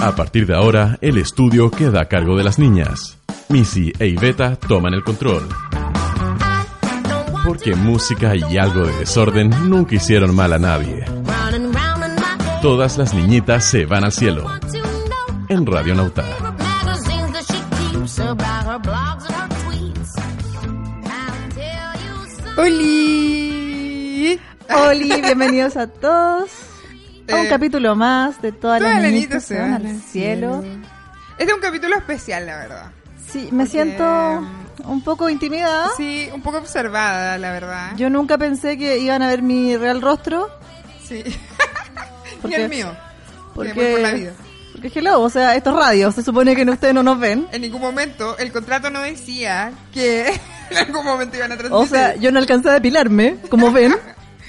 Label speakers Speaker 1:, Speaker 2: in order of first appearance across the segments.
Speaker 1: A partir de ahora, el estudio queda a cargo de las niñas. Missy e Iveta toman el control. Porque música y algo de desorden nunca hicieron mal a nadie. Todas las niñitas se van al cielo. En Radio Nauta.
Speaker 2: ¡Oli!
Speaker 3: Oli, bienvenidos a todos. A un
Speaker 2: Eh,
Speaker 3: capítulo más de todas
Speaker 2: todas
Speaker 3: las
Speaker 2: las
Speaker 3: niñitas
Speaker 2: niñitas
Speaker 3: se
Speaker 2: se
Speaker 3: van
Speaker 2: van
Speaker 3: al
Speaker 2: al
Speaker 3: cielo.
Speaker 2: Este es un capítulo especial, la verdad.
Speaker 3: Sí, me siento un poco intimidada.
Speaker 2: Sí, un poco observada, la verdad.
Speaker 3: Yo nunca pensé que iban a ver mi real rostro.
Speaker 2: Sí. y
Speaker 3: Porque-
Speaker 2: el mío.
Speaker 3: Porque,
Speaker 2: Que voy por la vida.
Speaker 3: porque hello, o sea, esto es radio. Se supone que no- ustedes no nos ven.
Speaker 2: En ningún momento el contrato no decía que en algún momento iban a transmitir.
Speaker 3: O sea, yo no alcancé a depilarme, como ven.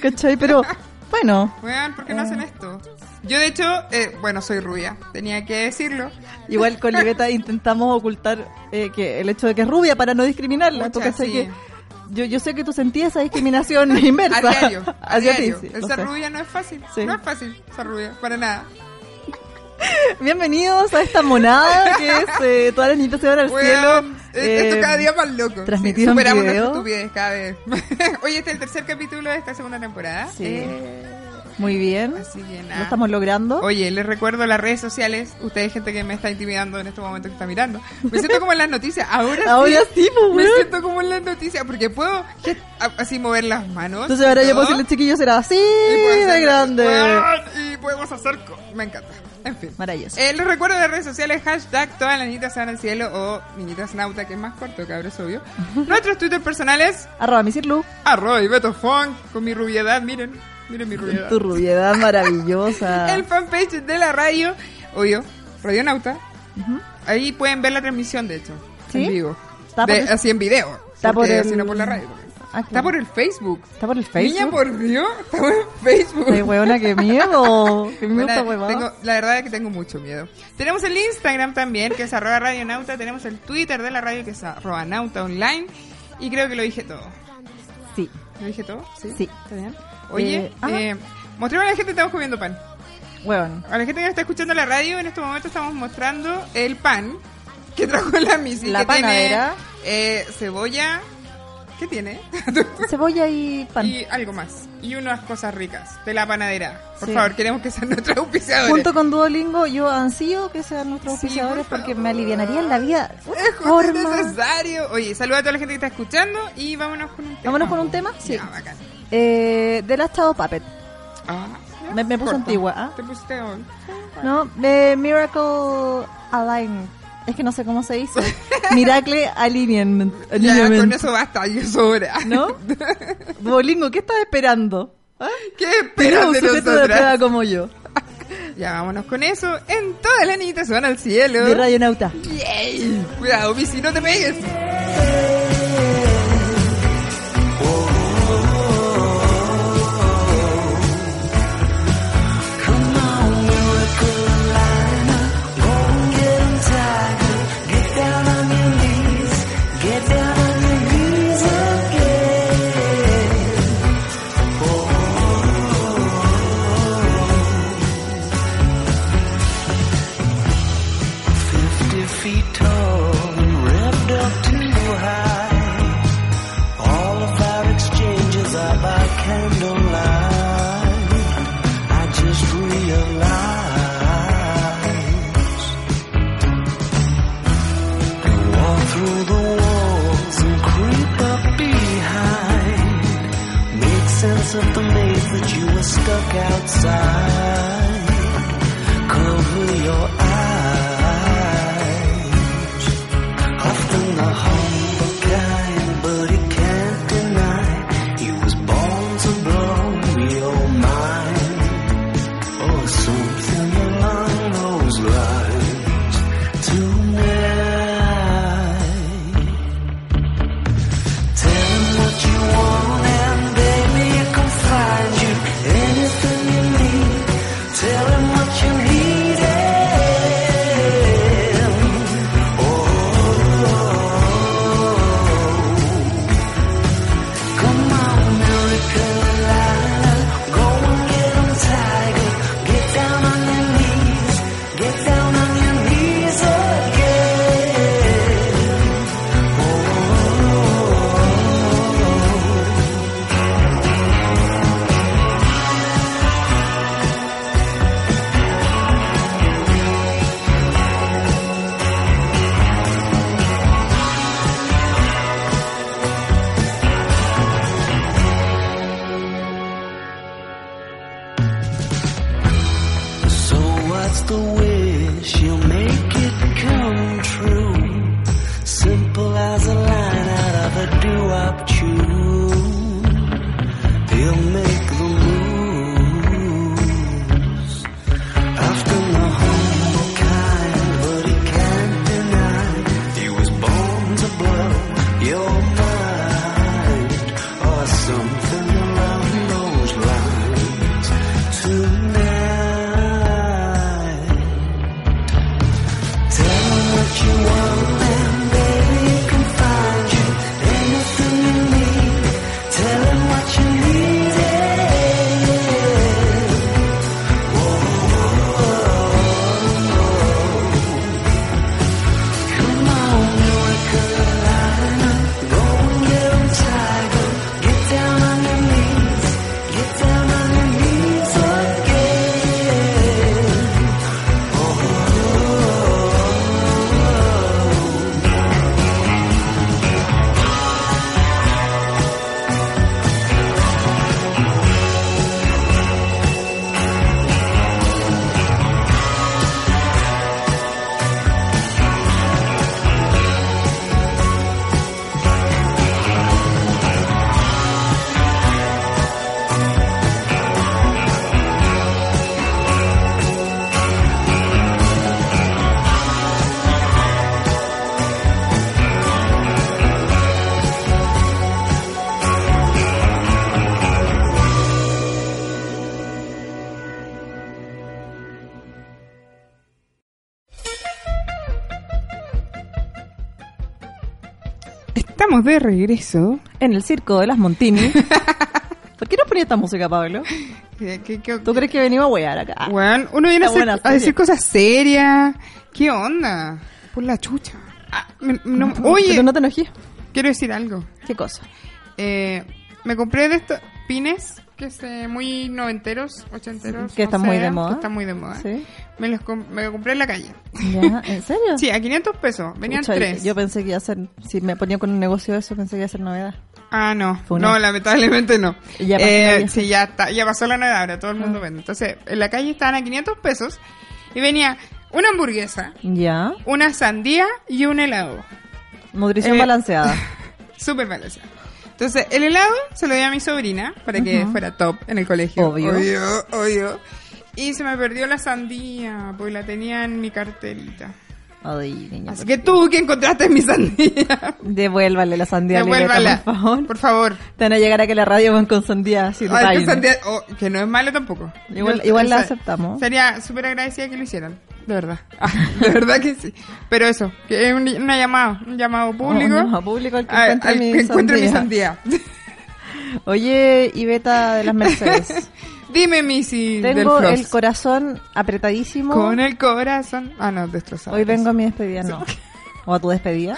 Speaker 3: ¿Cachai? Pero bueno,
Speaker 2: Weón, ¿por qué no hacen
Speaker 3: Ah.
Speaker 2: esto? Yo, de hecho, eh, bueno, soy rubia. Tenía que decirlo.
Speaker 3: igual con Libeta intentamos ocultar eh, que el hecho de que es rubia para no discriminarla.
Speaker 2: Mucha,
Speaker 3: porque sé
Speaker 2: sí.
Speaker 3: que yo, yo sé que tú sentías esa discriminación inversa.
Speaker 2: A diario. A
Speaker 3: Hacia ti,
Speaker 2: diario.
Speaker 3: sí,
Speaker 2: el
Speaker 3: lo
Speaker 2: ser
Speaker 3: sé.
Speaker 2: rubia no es fácil.
Speaker 3: Sí.
Speaker 2: No es fácil ser rubia, para nada.
Speaker 3: Bienvenidos a esta monada que es eh, todas las niñitas se van al
Speaker 2: Weón,
Speaker 3: cielo.
Speaker 2: eh, esto
Speaker 3: Eh,
Speaker 2: cada día más loco.
Speaker 3: transmitido en
Speaker 2: superamos
Speaker 3: video.
Speaker 2: nuestras estupidez cada vez. Oye, este es el tercer capítulo de esta segunda temporada.
Speaker 3: Sí.
Speaker 2: Eh,
Speaker 3: Muy bien.
Speaker 2: así que
Speaker 3: Lo
Speaker 2: nada.
Speaker 3: estamos logrando.
Speaker 2: Oye, les recuerdo las redes sociales. Ustedes, gente que me está intimidando en este momento que está mirando. Me siento como en las noticias. Ahora,
Speaker 3: Ahora sí, pues,
Speaker 2: Me
Speaker 3: weón.
Speaker 2: siento como en las noticias porque puedo gest- a- así mover las manos.
Speaker 3: Entonces ahora
Speaker 2: y
Speaker 3: yo puedo
Speaker 2: todo,
Speaker 3: decirle, chiquillo, será así
Speaker 2: y puedo
Speaker 3: de
Speaker 2: hacer-
Speaker 3: grande.
Speaker 2: Weón, Y podemos hacer. co- Me encanta. En fin.
Speaker 3: Maravilloso.
Speaker 2: Eh, les recuerdo de redes sociales, hashtag todas las niñitas se van al cielo o niñitas nauta, que es más corto, cabros, obvio. Nuestros Twitter personales,
Speaker 3: Arroba mi cirlu.
Speaker 2: arroba y Beto Funk, con mi rubiedad, miren, miren mi rubiedad.
Speaker 3: Tu rubiedad maravillosa.
Speaker 2: El fanpage de la radio, obvio, Radio Nauta. Ahí pueden ver la transmisión, de hecho,
Speaker 3: ¿Sí?
Speaker 2: en vivo.
Speaker 3: Está por
Speaker 2: De-
Speaker 3: el-
Speaker 2: así en video.
Speaker 3: está
Speaker 2: porque
Speaker 3: por el-
Speaker 2: así no por la radio. porque-
Speaker 3: Ah,
Speaker 2: Está
Speaker 3: claro.
Speaker 2: por el Facebook.
Speaker 3: Está por el
Speaker 2: Niña,
Speaker 3: Facebook.
Speaker 2: por Dios, está por el Facebook.
Speaker 3: Ay, weona, qué miedo. Qué miedo
Speaker 2: Bueno,
Speaker 3: esta huevada.
Speaker 2: tengo- la verdad es que tengo mucho miedo. Tenemos el Instagram también, que es arroba radionauta. Tenemos el Twitter de la radio, que es arroba nauta online. Y creo que lo dije todo.
Speaker 3: Sí.
Speaker 2: ¿Lo dije todo? Sí.
Speaker 3: Sí.
Speaker 2: ¿Está bien? Oye,
Speaker 3: Eh, ajá.
Speaker 2: eh, mostremos a la gente que estamos comiendo pan.
Speaker 3: Weón.
Speaker 2: A la gente que está escuchando la radio, en este momento estamos mostrando el pan que trajo la misi.
Speaker 3: La
Speaker 2: que
Speaker 3: panadera.
Speaker 2: Tiene, eh, cebolla. ¿Qué tiene?
Speaker 3: Cebolla y pan.
Speaker 2: Y algo más. Y unas cosas ricas de la panadera. Por
Speaker 3: Sí.
Speaker 2: favor, queremos que sean nuestros auspiciadores.
Speaker 3: Junto con Duolingo, yo ansío que sean nuestros
Speaker 2: Sí,
Speaker 3: auspiciadores
Speaker 2: por
Speaker 3: porque
Speaker 2: favor.
Speaker 3: me alivianarían la vida. de una
Speaker 2: Es justo y
Speaker 3: forma.
Speaker 2: necesario. Oye, saluda a toda la gente que está escuchando y vámonos con un tema.
Speaker 3: Vámonos con un tema, sí.
Speaker 2: Ya, bacán.
Speaker 3: Eh, de las Chao Puppet.
Speaker 2: Ah, ya,
Speaker 3: Me- me puse antigua, ¿ah?
Speaker 2: Te pusiste on.
Speaker 3: No, de Miracle Align. Es que no sé cómo se dice. Miracle Alignment.
Speaker 2: Ya,
Speaker 3: Alignment.
Speaker 2: con eso basta, yo sobra.
Speaker 3: Eh, ¿No? Duolingo, ¿qué estás esperando? ¿Ah?
Speaker 2: ¿Qué
Speaker 3: Pero
Speaker 2: esperas
Speaker 3: un
Speaker 2: de
Speaker 3: sujeto de prueba
Speaker 2: nosotras?
Speaker 3: como yo.
Speaker 2: Ya, vámonos con eso. En todas las niñitas se van al cielo.
Speaker 3: De Radio Nauta.
Speaker 2: Yay. Cuidado, Missy, no te pegues.
Speaker 4: Fifty feet tall and revved up too high. All of our exchanges are by candlelight. I just realized they walk through the walls and creep up behind. Make sense of the maze that you were stuck outside cover your eyes. Often a humble guy, but he can't deny he was born to blow your mind, or something along those lines. Tonight, tell him what you want, and baby, he can find you anything you need. Oh,
Speaker 5: oh,
Speaker 4: Just a wish, you'll make it come true. Simple as a line out of a doo-wop tune. He'll make the moves. After my home kind, but he can't deny he was born to blow your mind or something around those lines tonight. Tell him what you want, and baby he can find you anything you need. Tell him what you need. Come on, miracle liner, go and get 'em, tiger. Get down on your knees, get down on your knees again.
Speaker 2: Estamos de regreso.
Speaker 3: En el circo de las Montini. ¿Por qué nos ponía esta música, Pablo?
Speaker 2: ¿Qué- Eh, qué- qué-
Speaker 3: ¿Tú crees que venimos a huear acá?
Speaker 2: Weón, uno viene a,
Speaker 3: Está
Speaker 2: hacer-
Speaker 3: buena
Speaker 2: a decir
Speaker 3: serie.
Speaker 2: cosas serias. ¿Qué onda? Por la chucha. Ah, me- no- oye,
Speaker 3: Pero no te enojes.
Speaker 2: quiero decir algo.
Speaker 3: ¿Qué cosa?
Speaker 2: Eh, me compré de estos pines que se muy noventeros, ochenteros.
Speaker 3: Que
Speaker 2: no
Speaker 3: están
Speaker 2: sé,
Speaker 3: muy de moda.
Speaker 2: Que están muy de moda.
Speaker 3: Sí.
Speaker 2: Me los com- me los compré en la calle.
Speaker 3: ¿Ya? ¿En serio?
Speaker 2: Sí, a 500 pesos. Venían
Speaker 3: Pucha,
Speaker 2: tres.
Speaker 3: Yo pensé que iba a ser, si me ponía con un negocio de eso, pensé que iba a ser novedad.
Speaker 2: Ah, no.
Speaker 3: Fue una-
Speaker 2: No, lamentablemente no.
Speaker 3: Ya pasó
Speaker 2: Eh,
Speaker 3: la Ah. vida.
Speaker 2: sí, ya, está- ya pasó la Navidad, ahora todo el mundo vende. Entonces, en la calle estaban a 500 pesos y venía una hamburguesa,
Speaker 3: Ya,
Speaker 2: una sandía y un helado.
Speaker 3: nutrición
Speaker 2: Eh.
Speaker 3: balanceada.
Speaker 2: Súper balanceado. Entonces, el helado se lo di a mi sobrina para que fuera top en el colegio.
Speaker 3: Obvio.
Speaker 2: Obvio, obvio. Y se me perdió la sandía, pues la tenía en mi carterita.
Speaker 3: Ay, niña,
Speaker 2: Así que tú que encontraste mi sandía,
Speaker 3: Devuélvale la sandía a Violeta,
Speaker 2: devuélvala.
Speaker 3: por favor.
Speaker 2: Por favor.
Speaker 3: Te van a llegar a que la radio van con sandía así de
Speaker 2: Ay, que,
Speaker 3: vaina.
Speaker 2: sandía- oh, que no es malo tampoco.
Speaker 3: Igual-
Speaker 2: Yo-
Speaker 3: igual la
Speaker 2: o sea,
Speaker 3: aceptamos.
Speaker 2: Sería súper agradecida que lo hicieran. De verdad. Ah, de verdad que sí. Pero eso, que es un, una llamada, un llamado público.
Speaker 3: llamado Oh, público al que
Speaker 2: a-
Speaker 3: encuentre mi
Speaker 2: que encuentre mi sandía.
Speaker 3: Oye, Iveta de las Mercedes.
Speaker 2: Dime, Missy. del
Speaker 3: Tengo
Speaker 2: Frost.
Speaker 3: el corazón apretadísimo.
Speaker 2: Con el corazón. Ah, no, destrozado.
Speaker 3: Hoy vengo a mi despedida, no. ¿O a tu despedida?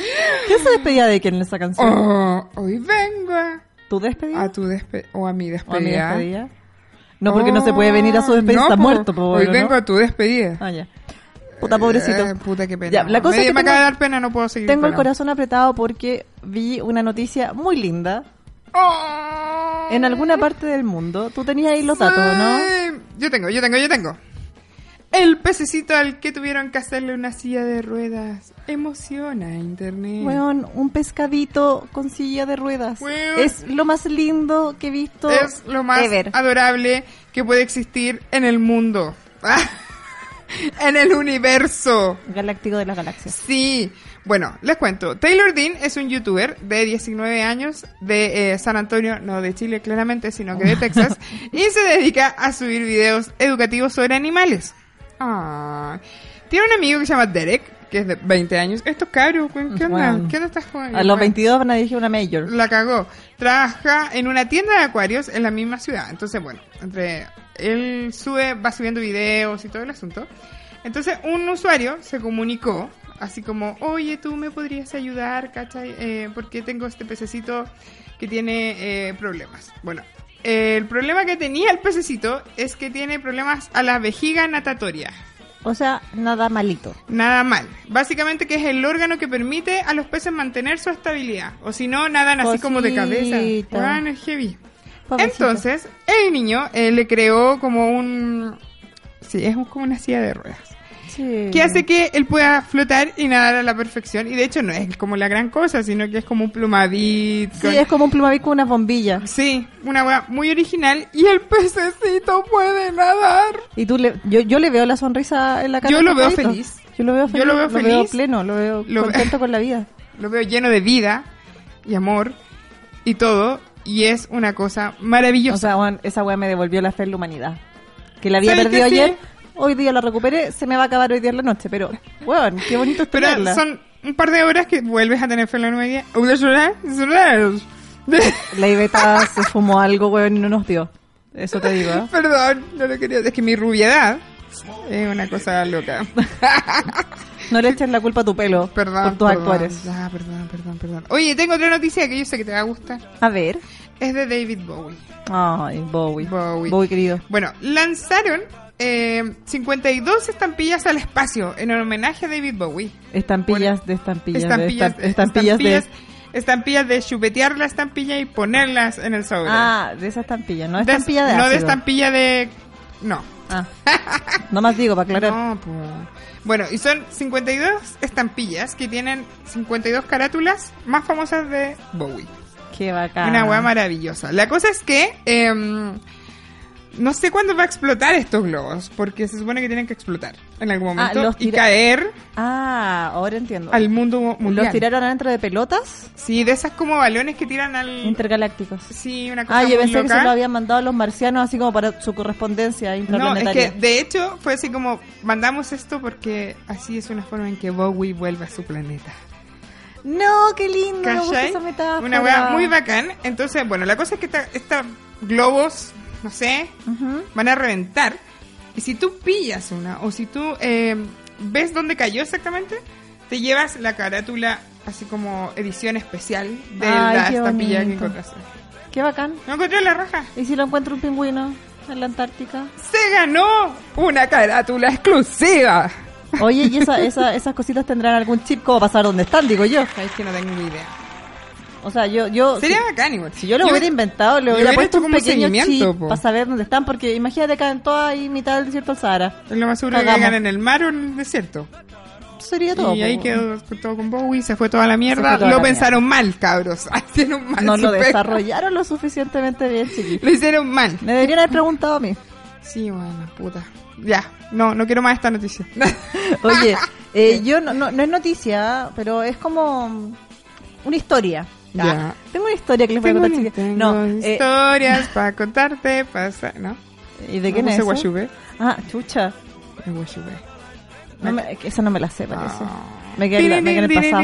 Speaker 3: ¿Qué se despedía de quién en esa canción?
Speaker 2: Oh, hoy vengo a,
Speaker 3: ¿Tu despedida?
Speaker 2: a tu despe- o a mi
Speaker 3: ¿O a mi
Speaker 2: despedida.
Speaker 3: despedida? No, porque no se
Speaker 2: Oh,
Speaker 3: puede venir a su despedida,
Speaker 2: no,
Speaker 3: está
Speaker 2: po.
Speaker 3: muerto. po,
Speaker 2: Hoy
Speaker 3: bueno,
Speaker 2: vengo
Speaker 3: ¿no?
Speaker 2: a tu despedida.
Speaker 3: Ah, ya. Puta, pobrecito.
Speaker 2: Eh, puta, qué pena.
Speaker 3: Ya, la cosa
Speaker 2: me,
Speaker 3: es que
Speaker 2: me
Speaker 3: tengo-
Speaker 2: acaba de dar pena, no puedo seguir.
Speaker 3: Tengo el
Speaker 2: programa.
Speaker 3: corazón apretado porque vi una noticia muy linda
Speaker 2: Oh.
Speaker 3: en alguna parte del mundo. Tú tenías ahí los datos, ¿no?
Speaker 2: Sí. Yo tengo, yo tengo, yo tengo. El pececito al que tuvieron que hacerle una silla de ruedas emociona a internet.
Speaker 3: Weón, un pescadito con silla de ruedas.
Speaker 2: Weón.
Speaker 3: Es lo más lindo que he visto.
Speaker 2: es lo más
Speaker 3: ever.
Speaker 2: adorable que puede existir en el mundo. en el universo.
Speaker 3: Galáctico de las galaxias.
Speaker 2: Sí. Bueno, les cuento. Taylor Dean es un youtuber de 19 años de eh, San Antonio, no de Chile claramente, sino que de Texas, y se dedica a subir videos educativos sobre animales. Ah. Tiene un amigo que se llama Derek, que es de 20 años. Estos cabros, ¿qué onda?
Speaker 3: Bueno.
Speaker 2: ¿Qué onda estás jugando?
Speaker 3: A los 22 van a dirigir una major.
Speaker 2: La cagó. Trabaja en una tienda de acuarios en la misma ciudad. Entonces, bueno, entre él sube, va subiendo videos y todo el asunto. Entonces, un usuario se comunicó, así como, oye, tú me podrías ayudar, ¿cachai? Eh, porque tengo este pececito que tiene eh, problemas. Bueno, el problema que tenía el pececito es que tiene problemas a la vejiga natatoria.
Speaker 3: O sea, nada malito.
Speaker 2: Nada mal. Básicamente que es el órgano que permite a los peces mantener su estabilidad. O si no, nadan así como de cabeza.
Speaker 3: Cosita.
Speaker 2: Weón, es heavy.
Speaker 3: Pobrecito.
Speaker 2: Entonces, el niño eh, le creó como un... Sí, es un- como una silla de ruedas.
Speaker 3: Sí.
Speaker 2: Que hace que él pueda flotar y nadar a la perfección. Y de hecho no es como la gran cosa, sino que es como un plumadito.
Speaker 3: Sí,
Speaker 2: con-
Speaker 3: es como un plumaví con unas bombillas.
Speaker 2: Sí, una hueá muy original. Y el pececito puede nadar.
Speaker 3: Y tú le, yo, yo le veo la sonrisa en la cara.
Speaker 2: Yo
Speaker 3: al
Speaker 2: lo veo
Speaker 3: pescadito.
Speaker 2: feliz.
Speaker 3: Yo lo veo
Speaker 2: Yo
Speaker 3: feliz.
Speaker 2: lo veo feliz.
Speaker 3: pleno, lo veo
Speaker 2: Lo-
Speaker 3: contento con la vida.
Speaker 2: Lo veo lleno de vida y amor y todo. Y es una cosa maravillosa.
Speaker 3: O sea, weón, esa weá me devolvió la fe en la humanidad. Que la había
Speaker 2: ¿Sabes
Speaker 3: perdido
Speaker 2: que sí?
Speaker 3: ayer, hoy día la recuperé, se me va a acabar hoy día en la noche, pero weón, qué bonito es
Speaker 2: Pero
Speaker 3: tenerla.
Speaker 2: son un par de horas que vuelves a tener fe en la humanidad. Una sola- sola-
Speaker 3: La Iveta se fumó algo, weón, y no nos dio. Eso te digo. ¿eh?
Speaker 2: Perdón, no lo quería. Es que mi rubiedad es una cosa loca.
Speaker 3: No le eches la culpa a tu pelo
Speaker 2: Perdón.
Speaker 3: por tus
Speaker 2: perdón.
Speaker 3: actuares.
Speaker 2: Ya, perdón, perdón, perdón. Oye, tengo otra noticia que yo sé que te va a gustar.
Speaker 3: A ver.
Speaker 2: Es de David Bowie.
Speaker 3: Ay, Bowie.
Speaker 2: Bowie.
Speaker 3: querido.
Speaker 2: Bueno, lanzaron eh, 52 estampillas al espacio en homenaje a David Bowie.
Speaker 3: Estampillas de estampillas.
Speaker 2: Estampillas,
Speaker 3: de estamp- estampillas,
Speaker 2: estampillas,
Speaker 3: de...
Speaker 2: estampillas de chupetear la estampilla y ponerlas en el sobre.
Speaker 3: Ah, de esa estampilla, no
Speaker 2: De-
Speaker 3: estampilla de,
Speaker 2: No de
Speaker 3: ácido.
Speaker 2: estampilla de... No.
Speaker 3: Ah. No más digo, para aclarar.
Speaker 2: No, po. Bueno, y son 52 estampillas que tienen 52 carátulas más famosas de Bowie.
Speaker 3: Qué bacán.
Speaker 2: Una hueá maravillosa. La cosa es que em, no sé cuándo va a explotar estos globos, porque se supone que tienen que explotar en algún
Speaker 3: Ah,
Speaker 2: momento
Speaker 3: los
Speaker 2: y
Speaker 3: tira-
Speaker 2: caer
Speaker 3: Ah, ahora entiendo.
Speaker 2: al mundo mundial.
Speaker 3: ¿Los tiraron adentro de pelotas
Speaker 2: Sí, de esas como balones que tiran al...
Speaker 3: intergalácticos?
Speaker 2: Sí, una cosa
Speaker 3: Ah, yo
Speaker 2: muy
Speaker 3: pensé que
Speaker 2: loca.
Speaker 3: se lo habían mandado a los marcianos así como para su correspondencia
Speaker 2: No, es
Speaker 3: interplanetaria.
Speaker 2: que de hecho fue así como mandamos esto porque así es una forma en que Bowie vuelve a su planeta.
Speaker 3: No, qué lindo, me gusta
Speaker 2: ¿Cachai?
Speaker 3: esa metáfora.
Speaker 2: Una weá muy bacán. Entonces, bueno, la cosa es que esta- esta globos, no sé,
Speaker 3: Ujú.
Speaker 2: van a reventar. Y si tú pillas una o si tú eh, ves dónde cayó exactamente, te llevas la carátula así como edición especial de
Speaker 3: Ay,
Speaker 2: la
Speaker 3: qué
Speaker 2: estampilla que
Speaker 3: bonito.
Speaker 2: encontraste.
Speaker 3: Qué bacán.
Speaker 2: No encontré la raja.
Speaker 3: ¿Y si lo encuentra un pingüino en la Antártica?
Speaker 2: Se ganó una carátula exclusiva.
Speaker 3: Oye, ¿y esa, esa- esas cositas tendrán algún chip como pasar donde están, digo yo?
Speaker 2: Sabes que no tengo ni idea.
Speaker 3: O sea, yo... yo
Speaker 2: Sería
Speaker 3: si-
Speaker 2: bacán igual.
Speaker 3: Si Oh, yo lo hubiera inventado, le
Speaker 2: yo
Speaker 3: hubiera
Speaker 2: hubiera
Speaker 3: puesto
Speaker 2: hecho
Speaker 3: un
Speaker 2: como un
Speaker 3: pequeño
Speaker 2: seguimiento,
Speaker 3: chip
Speaker 2: po.
Speaker 3: para saber dónde están, porque imagínate, caen todas ahí mitad del desierto del Sahara.
Speaker 2: Es lo más seguro que
Speaker 3: Cagamos.
Speaker 2: hagan en el mar o en el desierto.
Speaker 3: Sería todo.
Speaker 2: y ahí
Speaker 3: po.
Speaker 2: quedó todo con Bowie, se fue toda la mierda.
Speaker 3: fue toda
Speaker 2: lo
Speaker 3: la
Speaker 2: pensaron mal, cabros. Hicieron mal.
Speaker 3: No lo
Speaker 2: súper.
Speaker 3: desarrollaron lo suficientemente bien, chiquito.
Speaker 2: Lo hicieron mal.
Speaker 3: Me deberían haber preguntado a mí.
Speaker 2: Sí, bueno, puta. Ya, no, no quiero más esta noticia.
Speaker 3: Oye, eh, yo no, no, no es noticia, pero es como una historia.
Speaker 2: Ya.
Speaker 3: Ah, Tengo una historia que les voy a
Speaker 2: Tengo,
Speaker 3: contar,
Speaker 2: ni-
Speaker 3: chiquillas.
Speaker 2: tengo
Speaker 3: No, eh,
Speaker 2: historias para contarte, pasa, ¿no?
Speaker 3: ¿y de quién
Speaker 2: no
Speaker 3: es?
Speaker 2: puse
Speaker 3: esa?
Speaker 2: Guachube.
Speaker 3: Ah, chucha.
Speaker 2: Es Guachube.
Speaker 3: No me- esa no me la sé, parece.
Speaker 2: Ah.
Speaker 3: Me quedé en la- me quedé en el pasado.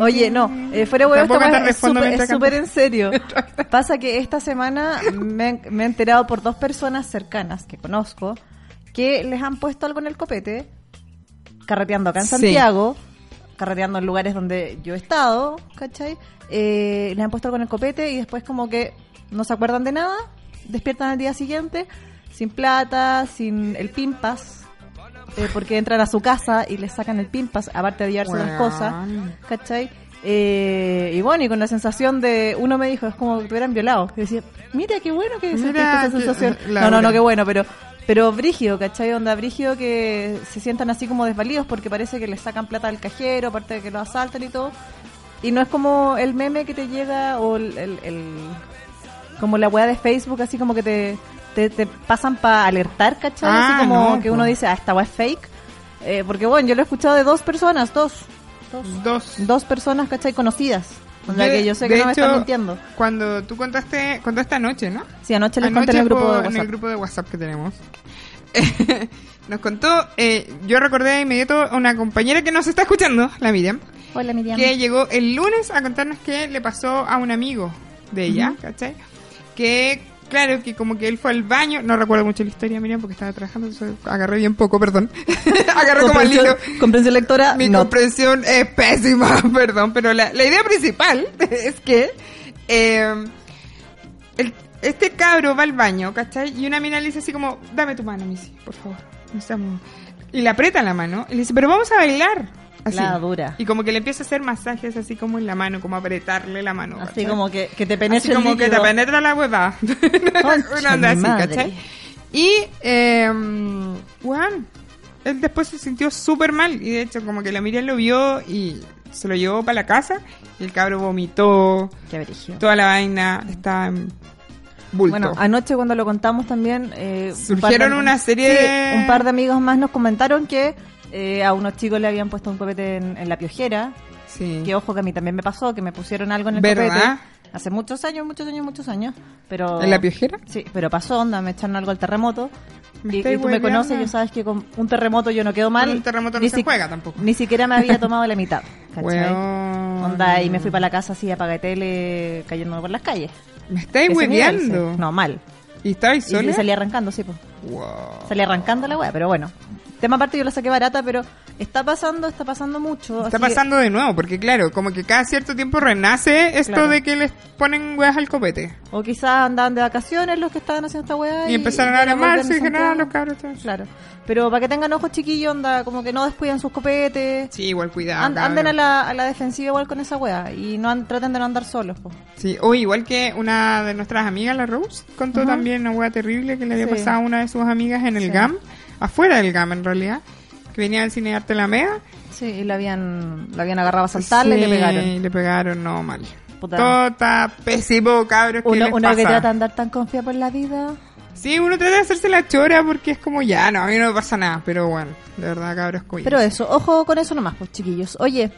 Speaker 3: Oye, no, eh, fuera huevo, esta
Speaker 2: Tampoco
Speaker 3: weá
Speaker 2: cantar de
Speaker 3: es
Speaker 2: fondo
Speaker 3: súper- es
Speaker 2: mientras
Speaker 3: súper en
Speaker 2: cantas.
Speaker 3: serio. Pasa que esta semana me, han- me he enterado por dos personas cercanas que conozco que les han puesto algo en el copete, carreteando acá en
Speaker 2: Sí.
Speaker 3: Santiago, carreteando en lugares donde yo he estado, ¿cachai? Eh, les han puesto algo en el copete y después como que no se acuerdan de nada, despiertan al día siguiente sin plata, sin el pimpas, eh, porque entran a su casa y les sacan el pimpas, aparte de llevarse
Speaker 2: Weón.
Speaker 3: otras cosas, ¿cachai? Eh, y bueno, y con la sensación de, uno me dijo, es como que te hubieran violado. Y decía, mira, qué bueno que sentiste
Speaker 2: Mira,
Speaker 3: esa
Speaker 2: qué-
Speaker 3: sensación.
Speaker 2: la
Speaker 3: no, no, no,
Speaker 2: dura.
Speaker 3: qué bueno, pero pero brígido, ¿cachai? Onda brígido que se sientan así como desvalidos porque parece que les sacan plata al cajero, aparte de que lo asaltan y todo. Y no es como el meme que te llega o el, el- el- como la weá de Facebook, así como que te, te, te pasan para alertar, ¿cachai?
Speaker 2: Ah,
Speaker 3: así como
Speaker 2: no,
Speaker 3: que uno
Speaker 2: po.
Speaker 3: dice, ah, esta weá es fake. Eh, porque bueno, yo lo he escuchado de dos personas, dos. Dos,
Speaker 2: Dos.
Speaker 3: dos personas, ¿cachai? Conocidas. O sea,
Speaker 2: Yo,
Speaker 3: que yo sé
Speaker 2: de
Speaker 3: que no me están
Speaker 2: hecho,
Speaker 3: mintiendo.
Speaker 2: Cuando tú contaste, contaste anoche, ¿no?
Speaker 3: Sí, anoche les
Speaker 2: Anoche
Speaker 3: conté en el grupo
Speaker 2: por-
Speaker 3: de
Speaker 2: en el
Speaker 3: WhatsApp.
Speaker 2: grupo de WhatsApp que tenemos. Nos contó, eh, yo recordé de inmediato a una compañera que nos está escuchando, la Miriam,
Speaker 3: Hola, Miriam.
Speaker 2: que llegó el lunes a contarnos que le pasó a un amigo de ella, ¿cachai? Que, claro, que como que él fue al baño, no recuerdo mucho la historia, Miriam, porque estaba trabajando, entonces agarré bien poco, perdón. agarré como el hilo.
Speaker 3: Comprensión, comprensión lectora,
Speaker 2: Mi
Speaker 3: no.
Speaker 2: comprensión es pésima, perdón, pero la, la idea principal es que eh, el- este cabro va al baño, ¿cachai? Y una mina le dice así como, dame tu mano, Missy, por favor. no estamos-". Y le aprieta la mano y le dice, pero vamos a bailar. Así.
Speaker 3: La dura.
Speaker 2: Y como que le empieza a hacer masajes así como en la mano, como apretarle la mano.
Speaker 3: Así
Speaker 2: ¿cachai?
Speaker 3: como que, que te
Speaker 2: Así
Speaker 3: penetra el
Speaker 2: como que te
Speaker 3: líquido.
Speaker 2: penetra la hueva.
Speaker 3: Concha
Speaker 2: Una onda así,
Speaker 3: madre.
Speaker 2: ¿cachai? Y eh, él después se sintió súper mal y de hecho como que la Miriam lo vio y se lo llevó para la casa y el cabro vomitó,
Speaker 3: Qué brígido.
Speaker 2: toda la vaina está en bulto.
Speaker 3: Bueno, anoche cuando lo contamos también... eh, un par de-
Speaker 2: Surgieron una serie
Speaker 3: sí,
Speaker 2: de-
Speaker 3: Un par de amigos más nos comentaron que eh, a unos chicos le habían puesto un copete en, en la piojera.
Speaker 2: sí.
Speaker 3: Que ojo que a mí también me pasó, que me pusieron algo en el
Speaker 2: ¿Verdad?
Speaker 3: copete. Hace muchos años, muchos años, muchos años. Pero...
Speaker 2: ¿En la piojera?
Speaker 3: Sí, pero pasó onda, me echaron algo al terremoto.
Speaker 2: Me
Speaker 3: Y,
Speaker 2: estáis
Speaker 3: y tú me
Speaker 2: hueveando.
Speaker 3: conoces, yo sabes que con un terremoto yo no quedo mal.
Speaker 2: Con un terremoto no
Speaker 3: Ni
Speaker 2: se
Speaker 3: si-
Speaker 2: juega tampoco.
Speaker 3: Ni siquiera me había tomado la mitad. ¿cachai?
Speaker 2: Weón.
Speaker 3: Onda, y me fui para la casa así a tele cayéndome por las calles.
Speaker 2: Me estáis
Speaker 3: Ese nivel, sí.
Speaker 2: hueveando.
Speaker 3: No, mal.
Speaker 2: ¿Y estabais
Speaker 3: Y, y
Speaker 2: sola?
Speaker 3: salí arrancando, sí, pues.
Speaker 2: Wow.
Speaker 3: Salí arrancando la weá, pero bueno. Tema aparte yo la saqué barata, pero está pasando, está pasando mucho.
Speaker 2: Está
Speaker 3: así que-
Speaker 2: pasando de nuevo, porque claro, como que cada cierto tiempo renace esto
Speaker 3: Claro.
Speaker 2: de que les ponen weas al copete.
Speaker 3: o quizás andaban de vacaciones los que estaban haciendo esta weá.
Speaker 2: Y empezaron a
Speaker 3: ahora
Speaker 2: llamarse y
Speaker 3: vuelven a
Speaker 2: dijeron, ah,
Speaker 3: Santiago".
Speaker 2: los cabros están-
Speaker 3: Claro. Pero para que tengan ojos chiquillos, onda, como que no descuiden sus copetes.
Speaker 2: Sí, ah, igual cuidado.
Speaker 3: And- anden
Speaker 2: cabrón.
Speaker 3: a la, a la defensiva igual con esa wea y no an- traten de no andar solos. po.
Speaker 2: Sí, o igual que una de nuestras amigas, la Rose, contó
Speaker 3: Ajá.
Speaker 2: también una hueá terrible que le había
Speaker 3: Sí.
Speaker 2: pasado a una de sus amigas en el
Speaker 3: Sí.
Speaker 2: GAM, afuera del GAM en realidad, que venía al cine de Arte La Mega.
Speaker 3: Sí, y la habían, la habían agarrado a saltarle y le pegaron.
Speaker 2: Y le pegaron, no, mal.
Speaker 3: Puta.
Speaker 2: Todo está pésimo, cabros. ¿qué
Speaker 3: Uno,
Speaker 2: les
Speaker 3: uno que
Speaker 2: pasa?
Speaker 3: trata de andar tan confiado por la vida.
Speaker 2: Sí, uno trata de hacerse la chora porque es como ya, no, a mí no me pasa nada, pero bueno, de verdad, cabros, cuídense.
Speaker 3: Pero eso, ojo con eso nomás, pues chiquillos. Oye,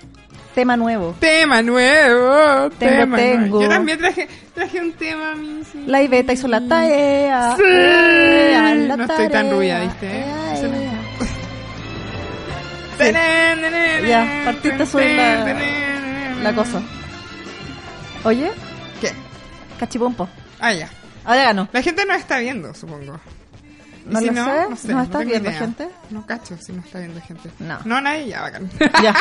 Speaker 3: tema nuevo.
Speaker 2: Tema nuevo, tema
Speaker 3: tengo.
Speaker 2: nuevo. Yo también traje, traje un tema a mí, sí.
Speaker 3: La Iveta hizo la tarea.
Speaker 2: Sí.
Speaker 3: Ea, la
Speaker 2: No estoy tan
Speaker 3: tarea.
Speaker 2: rubia, ¿viste?
Speaker 3: Ea,
Speaker 2: Eso no-
Speaker 3: ea.
Speaker 2: Ya,
Speaker 3: Ya, partiste a subir la- La cosa. Oye,
Speaker 2: ¿Qué?
Speaker 3: cachipumpo.
Speaker 2: Ah, ya.
Speaker 3: Ahora ganó.
Speaker 2: La gente no está viendo, supongo. Y
Speaker 3: No
Speaker 2: si
Speaker 3: lo
Speaker 2: no,
Speaker 3: sé,
Speaker 2: no sé.
Speaker 3: ¿nos
Speaker 2: no
Speaker 3: está
Speaker 2: tengo
Speaker 3: viendo
Speaker 2: idea.
Speaker 3: gente?
Speaker 2: No cacho si no está viendo gente.
Speaker 3: No.
Speaker 2: No, nadie, ya, bacán.
Speaker 3: Ya.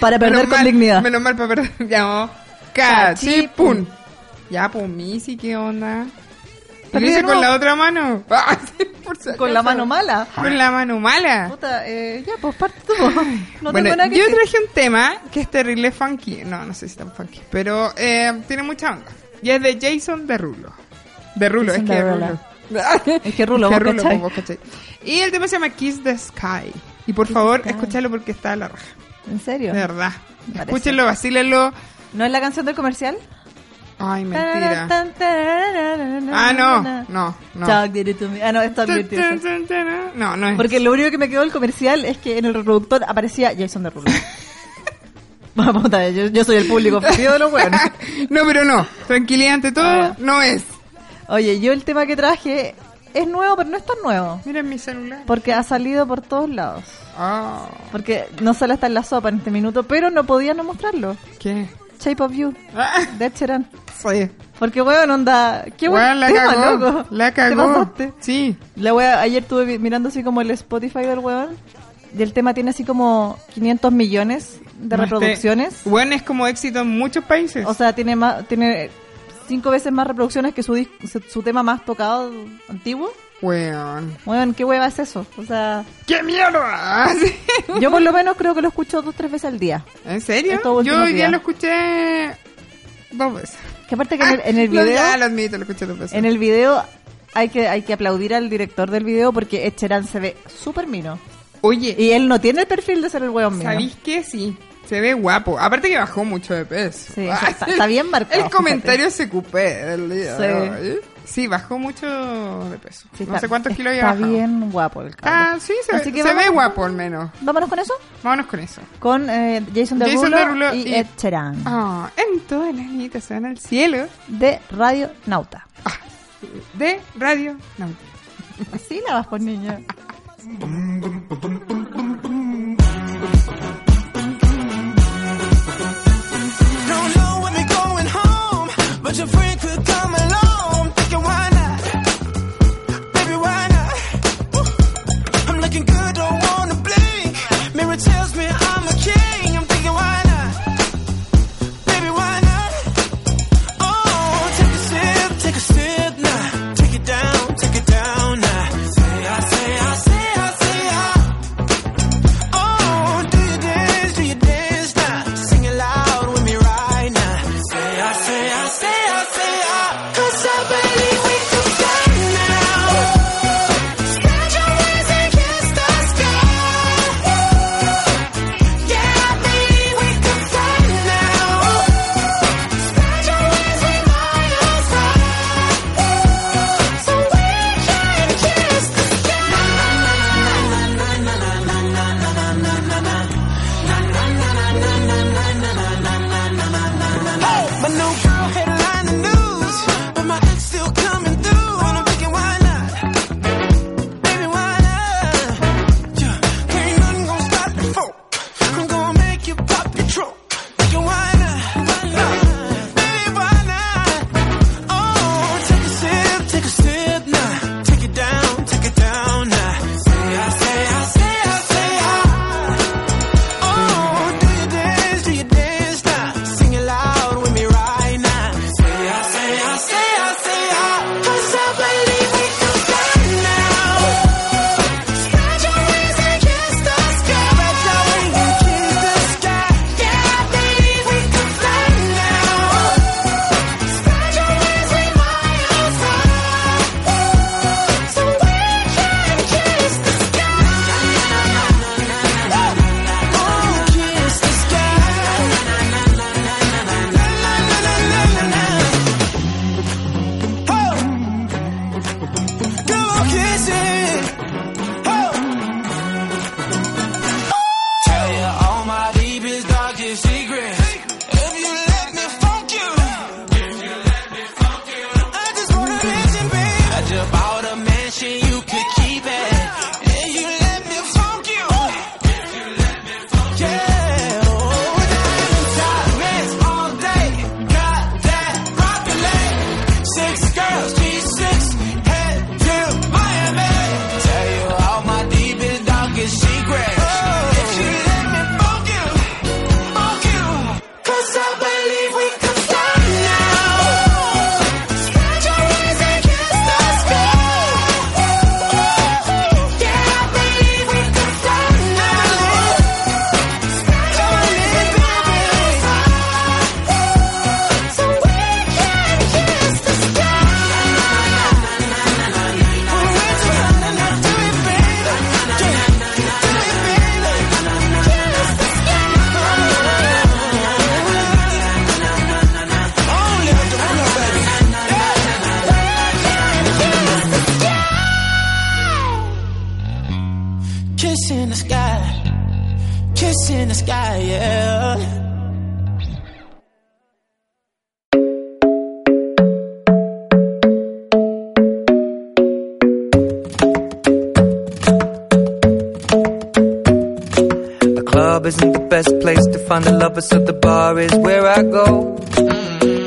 Speaker 3: Para perder
Speaker 2: Menos
Speaker 3: con
Speaker 2: mal,
Speaker 3: dignidad.
Speaker 2: Menos mal para perder. Ya, no. Cachipún. Ya, pues, Missy, ¿qué onda? ¿Y
Speaker 3: Pero
Speaker 2: lo hice
Speaker 3: yo no.
Speaker 2: con la otra mano? Ah, sí, por si
Speaker 3: Con la
Speaker 2: acaso.
Speaker 3: mano mala.
Speaker 2: Con la mano mala.
Speaker 3: Puta, eh, ya, pues parte tú. po. No
Speaker 2: bueno,
Speaker 3: tengo nada que
Speaker 2: yo
Speaker 3: decir.
Speaker 2: traje un tema que es terrible funky. No, no sé si es tan funky, pero eh, tiene mucha onda. Y es de Jason Derulo. Derulo, es
Speaker 3: Jason
Speaker 2: que
Speaker 3: Derulo.
Speaker 2: Derulo.
Speaker 3: Es que Rulo,
Speaker 2: Es que
Speaker 3: vos
Speaker 2: Rulo,
Speaker 3: cachai.
Speaker 2: vos cachai. Y el tema se llama Kiss the Sky. Y por favor,
Speaker 3: Sky.
Speaker 2: escúchalo porque está a la raja.
Speaker 3: ¿En serio?
Speaker 2: De verdad.
Speaker 3: Parece.
Speaker 2: Escúchenlo, vacílenlo.
Speaker 3: ¿No es la canción del comercial?
Speaker 2: Ay, mentira.
Speaker 3: Tan, tan, tan, tan,
Speaker 2: Ah, no,
Speaker 3: tan,
Speaker 2: no, no.
Speaker 3: Talk dirty to me. Ah, no, esto es
Speaker 2: Tun,
Speaker 3: Beautiful.
Speaker 2: tun, tun, tun. No, no es.
Speaker 3: Porque lo único que me quedó del comercial es que en el reproductor aparecía Jason Derulo. Vamos, puta, yo, yo soy el público ofendido de los hueones.
Speaker 2: no, pero no. Tranquilidad ante todo,
Speaker 3: Ah, ya.
Speaker 2: no es.
Speaker 3: Oye, yo el tema que traje es nuevo, pero no es tan nuevo.
Speaker 2: Miren mi celular.
Speaker 3: Porque ha salido por todos lados.
Speaker 2: Oh,
Speaker 3: Porque no solo está en la sopa en este minuto, pero no podía no mostrarlo.
Speaker 2: ¿Qué?
Speaker 3: Shape of You,
Speaker 2: Ah,
Speaker 3: de Ed Sheeran.
Speaker 2: sí.
Speaker 3: Porque, weón, onda. Qué
Speaker 2: Weón,
Speaker 3: buen
Speaker 2: la
Speaker 3: tema,
Speaker 2: cagó.
Speaker 3: loco.
Speaker 2: La
Speaker 3: Te
Speaker 2: cagó.
Speaker 3: pasaste.
Speaker 2: Sí.
Speaker 3: La wea, ayer estuve vi- mirando así como el Spotify del weón. Y el tema tiene así como 500 millones de
Speaker 2: No,
Speaker 3: reproducciones.
Speaker 2: este- Bueno, es como éxito en muchos países.
Speaker 3: O sea, tiene más, tiene cinco veces más reproducciones que su, dis- su, su tema más tocado antiguo.
Speaker 2: Weón.
Speaker 3: Weón, ¿qué hueva es eso? O sea,
Speaker 2: ¡Qué mierda! Sí.
Speaker 3: yo por lo menos creo que lo escucho dos tres veces al día.
Speaker 2: ¿En serio?
Speaker 3: Estos últimos
Speaker 2: Yo hoy día
Speaker 3: días.
Speaker 2: lo escuché dos veces.
Speaker 3: Que aparte que en el, en el
Speaker 2: Lo-
Speaker 3: video,
Speaker 2: Ah, ya lo admito, lo escuché dos veces.
Speaker 3: en el video hay que, hay que aplaudir al director del video porque Ed Sheeran se ve súper mino.
Speaker 2: Oye,
Speaker 3: Y él no tiene el perfil de ser el weón mino.
Speaker 2: ¿Sabéis qué? Sí, se ve guapo. Aparte que bajó mucho de peso.
Speaker 3: Sí, o sea, está- está bien marcado,
Speaker 2: El
Speaker 3: fíjate.
Speaker 2: comentario se cupé del día.
Speaker 3: Sí.
Speaker 2: de hoy. Sí, bajó mucho de peso.
Speaker 3: Sí,
Speaker 2: no
Speaker 3: está-
Speaker 2: sé cuántos kilos había
Speaker 3: Está
Speaker 2: bajado.
Speaker 3: bien guapo el
Speaker 2: Ah,
Speaker 3: cabrón.
Speaker 2: sí, se,
Speaker 3: Así que
Speaker 2: se
Speaker 3: vamos-
Speaker 2: ve guapo al menos.
Speaker 3: Vámonos con eso.
Speaker 2: Vámonos con eso.
Speaker 3: Con eh, Jason Derulo,
Speaker 2: Jason Derulo
Speaker 3: y,
Speaker 2: y-
Speaker 3: Ed Sheeran.
Speaker 2: Ah, en todas las niñitas se van al cielo
Speaker 3: De Radio Nauta.
Speaker 2: de Radio Nauta.
Speaker 3: Así la vas por niña.
Speaker 4: Don't know when they're going home, but your friend could come along. Thinking why not, baby why not? I'm looking good, don't wanna blink. Mirror tells me I'm a king. I'm thinking why not, baby why not? Oh, take a sip, take a sip now. Take it down, take it down now. Say I, say I, say I, say I. Oh,
Speaker 5: Oh,
Speaker 6: Kiss in the sky, kiss in the sky, yeah.
Speaker 5: The club isn't the best place to find a lover, so the bar is where I go.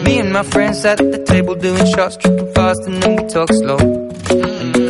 Speaker 5: Me and my friends at the table doing shots, tripping fast, and then we talk slow. And you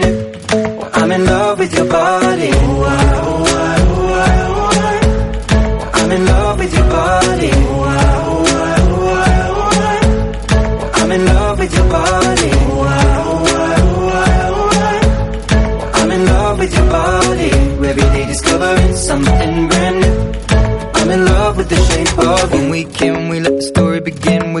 Speaker 5: new. Well, I'm in love with your body. Oh, I, oh, I, oh, I, oh, I. Well, I'm in love with your body. Oh, I, oh, I, oh, I, oh, I. Well, I'm in love with your body. Oh, I, oh, I, oh, I, oh, I. Well, I'm in love with your body. Every day discovering something brand new. I'm in love with the shape of When we can, we let the story begin. We're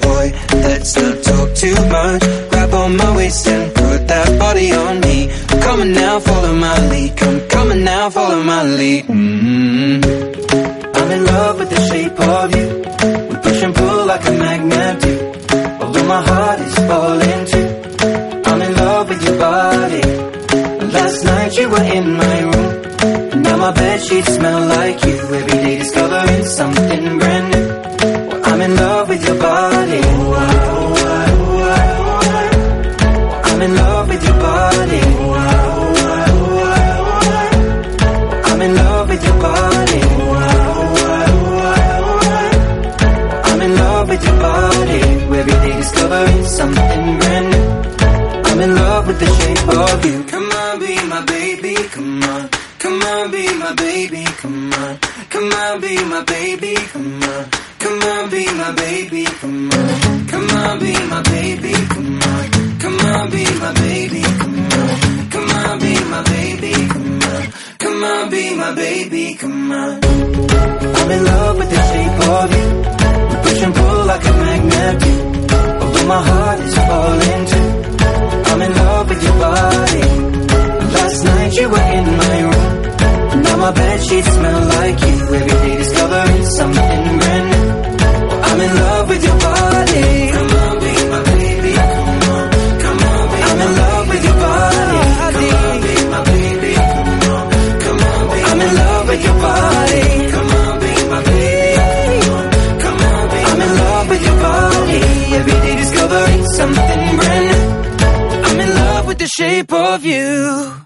Speaker 5: boy, let's not talk too much. Grab on my waist and put that body on me. I'm coming now, follow my lead. Come, coming now, follow my lead. mm I'm in love with the shape of you. We push and pull like a magnet do. Although my heart is falling too. I'm in love with your body. Last night you were in my room. And now my bed sheets smell like you. Every day discovering something brand new. Well, I'm in love with your body. Oh, I, oh, I, oh, I, oh, I. Well, I'm in love with your body. Oh, I, oh, I, oh, I, oh, I. Well, I'm in love with your body. Oh, I, oh, I, oh, I, oh, I. Well, I'm in love with your body. Every day discovering something brand new. I'm in love with the shape of you. Come on, be my baby, come on. Come on, be my baby, come on. Come on, be my baby, come on. Come on, be my baby, come on. Come on, be my baby, come on. Come on, be my baby, come on. Come on, be my baby, come on. Come on, be my baby, come on. I'm in love with the shape of you. We push and pull like a magnet do. Although my heart is falling too. I'm in love with your body. Last night you were in my room. Now my bed sheets smell like you. Every day discovering something brand new. I'm in love with your body. Come on, be my baby. Come on, come on, be I'm in love with your body. Come on, be my baby. Come on, come on, be I'm in love with your body. Come on, be my baby. Come on, come on, be I'm in love with your body. Every day discovering something brand new. I'm in love with the shape of you.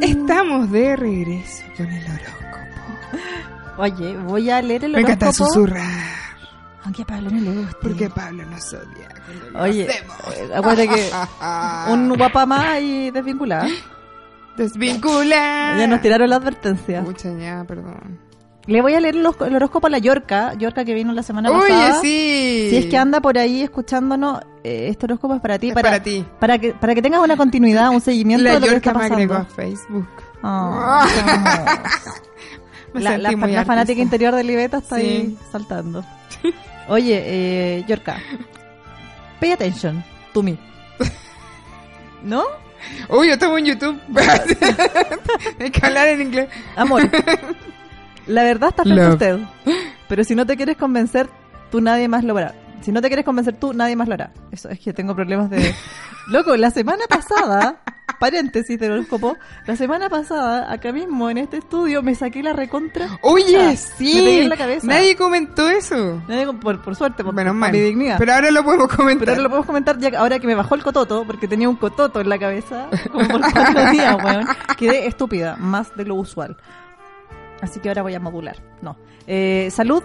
Speaker 2: Estamos de regreso con el horóscopo.
Speaker 3: Oye, voy a leer el
Speaker 2: Me encanta
Speaker 3: horóscopo,
Speaker 2: susurrar.
Speaker 3: Aunque a Pablo no le guste.
Speaker 2: Porque Pablo nos odia. cuando lo
Speaker 3: Oye,
Speaker 2: hacemos.
Speaker 3: eh, acuérdate que un guapa más y desvinculada.
Speaker 2: Desvincula.
Speaker 3: Ya nos tiraron la advertencia.
Speaker 2: Pucha, ya, perdón.
Speaker 3: Le voy a leer los- el horóscopo a la Yorca, Yorca que vino la semana
Speaker 2: Oye,
Speaker 3: pasada.
Speaker 2: sí.
Speaker 3: Si es que anda por ahí escuchándonos, eh, este horóscopo es para ti.
Speaker 2: Es para ti.
Speaker 3: Para que, para que tengas una continuidad, un seguimiento
Speaker 2: La
Speaker 3: de lo que está
Speaker 2: Yorka me agregó a
Speaker 3: pasando.
Speaker 2: Facebook.
Speaker 3: Ah, qué hermoso.
Speaker 2: Me
Speaker 3: la,
Speaker 2: sentí
Speaker 3: la-
Speaker 2: muy
Speaker 3: la fanática
Speaker 2: artista.
Speaker 3: interior de Libeta está
Speaker 2: Sí.
Speaker 3: ahí saltando. Oye, eh, Yorka, pay attention to me. ¿No?
Speaker 2: Uy, yo estaba en YouTube. Hay que hablar en inglés.
Speaker 3: Amor, la verdad está frente a
Speaker 2: Love.
Speaker 3: usted. Pero si no te quieres convencer, tú nadie más lo hará. Si no te quieres convencer tú, nadie más lo hará. Eso es que tengo problemas de... Loco, la semana pasada, paréntesis del horóscopo, la semana pasada, acá mismo en este estudio, me saqué la recontra.
Speaker 2: Oye,
Speaker 3: Ah, me pegué
Speaker 2: sí.
Speaker 3: en la cabeza.
Speaker 2: Nadie comentó eso.
Speaker 3: Nadie con- por, por suerte, por,
Speaker 2: Menos
Speaker 3: por
Speaker 2: mal.
Speaker 3: mi dignidad.
Speaker 2: Pero ahora lo podemos comentar.
Speaker 3: Pero ahora lo podemos comentar ya que- ahora que me bajó el cototo, porque tenía un cototo en la cabeza como por cuatro días, weón. Quedé estúpida, más de lo usual. Así que ahora voy a modular. No. Eh, salud,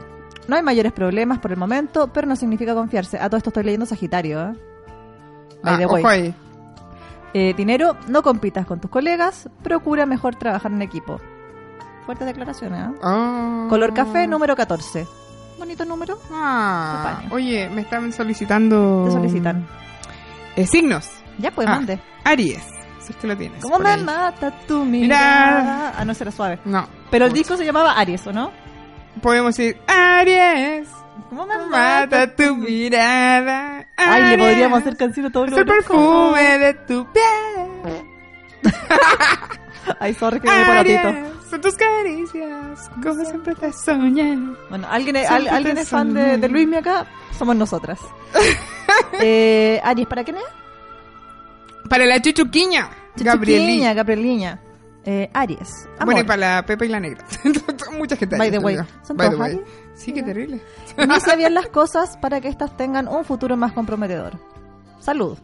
Speaker 3: no hay mayores problemas por el momento, pero no significa confiarse. A todo esto estoy leyendo Sagitario, ¿eh? By
Speaker 2: Ah,
Speaker 3: the way.
Speaker 2: ojo ahí.
Speaker 3: Eh, dinero, no compitas con tus colegas, procura mejor trabajar en equipo. Fuertes declaraciones, ¿eh?
Speaker 2: Oh.
Speaker 3: Color café, número 14. Bonito número,
Speaker 2: Ah,
Speaker 3: Acompaña.
Speaker 2: oye, me están solicitando.
Speaker 3: te solicitan.
Speaker 2: Eh, signos.
Speaker 3: Ya, pues,
Speaker 2: Ah,
Speaker 3: mande.
Speaker 2: Aries. Si es que lo tienes.
Speaker 3: ¿Cómo
Speaker 2: por
Speaker 3: me
Speaker 2: ahí.
Speaker 3: mata tu
Speaker 2: Mira.
Speaker 3: mirada? Ah, no, será suave.
Speaker 2: No.
Speaker 3: Pero el
Speaker 2: Mucho.
Speaker 3: disco se llamaba Aries, ¿o no?
Speaker 2: Podemos decir Aries.
Speaker 3: ¿Cómo me
Speaker 2: Mata tu mirada.
Speaker 3: Ay, le
Speaker 2: Aries,
Speaker 3: podríamos hacer canción a todo
Speaker 2: Es el perfume de tu piel.
Speaker 3: Ay, sorry, que me por ratito.
Speaker 2: Aries, son tus caricias. Como siempre te soñé.
Speaker 3: Bueno, ¿alguien es,
Speaker 2: Siempre
Speaker 3: al- ¿alguien
Speaker 2: te
Speaker 3: es fan de, de
Speaker 2: soñé.
Speaker 3: Luismi acá? Somos nosotras. eh, Aries, ¿para quién es?
Speaker 2: Para la chuchuquiña. Gabrielina.
Speaker 3: Gabrieliña, Gabrieliña. Eh, Aries. Amor.
Speaker 2: Bueno, y para la Pepa y la Negra. Mucha gente.
Speaker 3: By the
Speaker 2: te
Speaker 3: way.
Speaker 2: digo.
Speaker 3: ¿Son
Speaker 2: By the
Speaker 3: todos
Speaker 2: way.
Speaker 3: Aries?
Speaker 2: Sí, qué terrible.
Speaker 3: Inicia bien las cosas para que éstas tengan un futuro más comprometedor. Salud.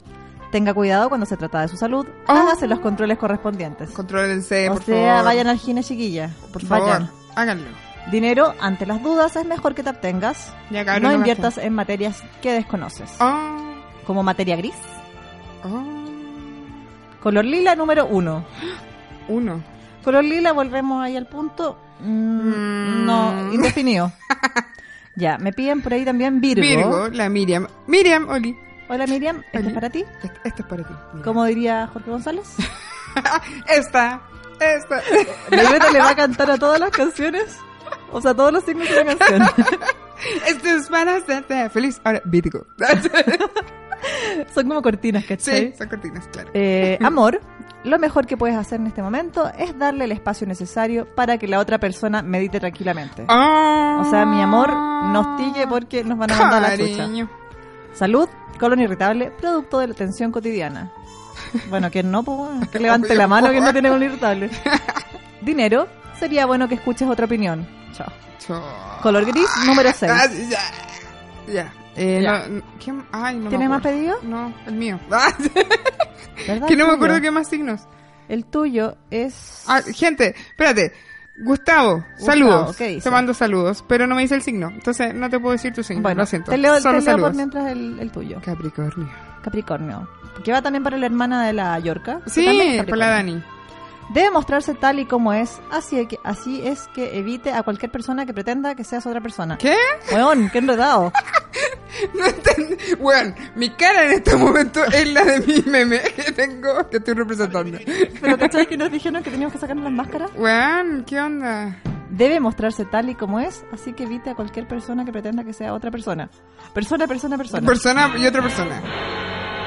Speaker 3: Tenga cuidado cuando se trata de su salud.
Speaker 2: Oh.
Speaker 3: Hágase los controles correspondientes.
Speaker 2: Contrólense,
Speaker 3: o
Speaker 2: Eh, por
Speaker 3: sea,
Speaker 2: favor.
Speaker 3: vayan al gine, chiquilla.
Speaker 2: Por
Speaker 3: Vayan.
Speaker 2: favor, háganlo.
Speaker 3: Dinero, ante las dudas, es mejor que te obtengas.
Speaker 2: Ya, cabrón,
Speaker 3: no
Speaker 2: no
Speaker 3: inviertas en materias que desconoces.
Speaker 2: Oh,
Speaker 3: Como materia gris.
Speaker 2: oh.
Speaker 3: Color lila número uno.
Speaker 2: Uno.
Speaker 3: Color lila, volvemos ahí al punto. Mm, No, indefinido. ya, me piden por ahí también Virgo.
Speaker 2: Virgo, la Miriam. Miriam, Oli.
Speaker 3: Hola Miriam, ¿este es
Speaker 2: Hola.
Speaker 3: para ti?
Speaker 2: Este, este es para ti. Miriam.
Speaker 3: Como diría Jorge González.
Speaker 2: Esta, esta.
Speaker 3: La Violeta le va a cantar a todas las canciones. O sea, todos los signos de la canción.
Speaker 2: Este es para hacerte feliz. Ahora, Virgo.
Speaker 3: Son como cortinas, ¿cachai?
Speaker 2: sí, son cortinas, claro.
Speaker 3: Eh, amor, lo mejor que puedes hacer en este momento es darle el espacio necesario para que la otra persona medite tranquilamente.
Speaker 2: Oh.
Speaker 3: O sea, mi amor, no hostille porque nos van a mandar a la chucha.
Speaker 2: Cariño.
Speaker 3: Salud, colon irritable, producto de la tensión cotidiana. Bueno, que no, pues, bueno, que levante la mano que no tiene colon irritable. Dinero, sería bueno que escuches otra opinión. Chao.
Speaker 2: Chao.
Speaker 3: Color gris, número 6.
Speaker 2: Ah, sí, ya. Ya. Eh,
Speaker 3: Ya.
Speaker 2: no, no, ¿quién? Ay, no me
Speaker 3: ¿Tienes más
Speaker 2: acuerdo.
Speaker 3: pedido?
Speaker 2: No, el mío. Ah, que no me acuerdo qué más signos.
Speaker 3: El tuyo es...
Speaker 2: Ah, gente, espérate. Gustavo,
Speaker 3: Gustavo,
Speaker 2: saludos.
Speaker 3: ¿qué dice?
Speaker 2: Te mando saludos, pero no me dice el signo. Entonces no te puedo decir tu signo.
Speaker 3: bueno,
Speaker 2: lo siento.
Speaker 3: te leo, te
Speaker 2: Solo
Speaker 3: leo por
Speaker 2: saludos.
Speaker 3: mientras el, el tuyo.
Speaker 2: Capricornio.
Speaker 3: Capricornio. Que va también para la hermana de la Yorca. que también
Speaker 2: Sí,
Speaker 3: es
Speaker 2: por la
Speaker 3: Capricornio.
Speaker 2: Dani.
Speaker 3: Debe mostrarse tal y como es, así, que, así es que evite a cualquier persona que pretenda que seas otra persona.
Speaker 2: ¿Qué?
Speaker 3: Weón, qué enredado.
Speaker 2: No entendí. Bueno, mi cara en este momento es la de mi meme que tengo, que estoy representando.
Speaker 3: Pero ¿cachai que nos dijeron que teníamos que sacarnos las máscaras?
Speaker 2: Bueno, ¿qué onda?
Speaker 3: Debe mostrarse tal y como es, así que evite a cualquier persona que pretenda que sea otra persona. Persona, persona, persona.
Speaker 2: Persona y otra persona.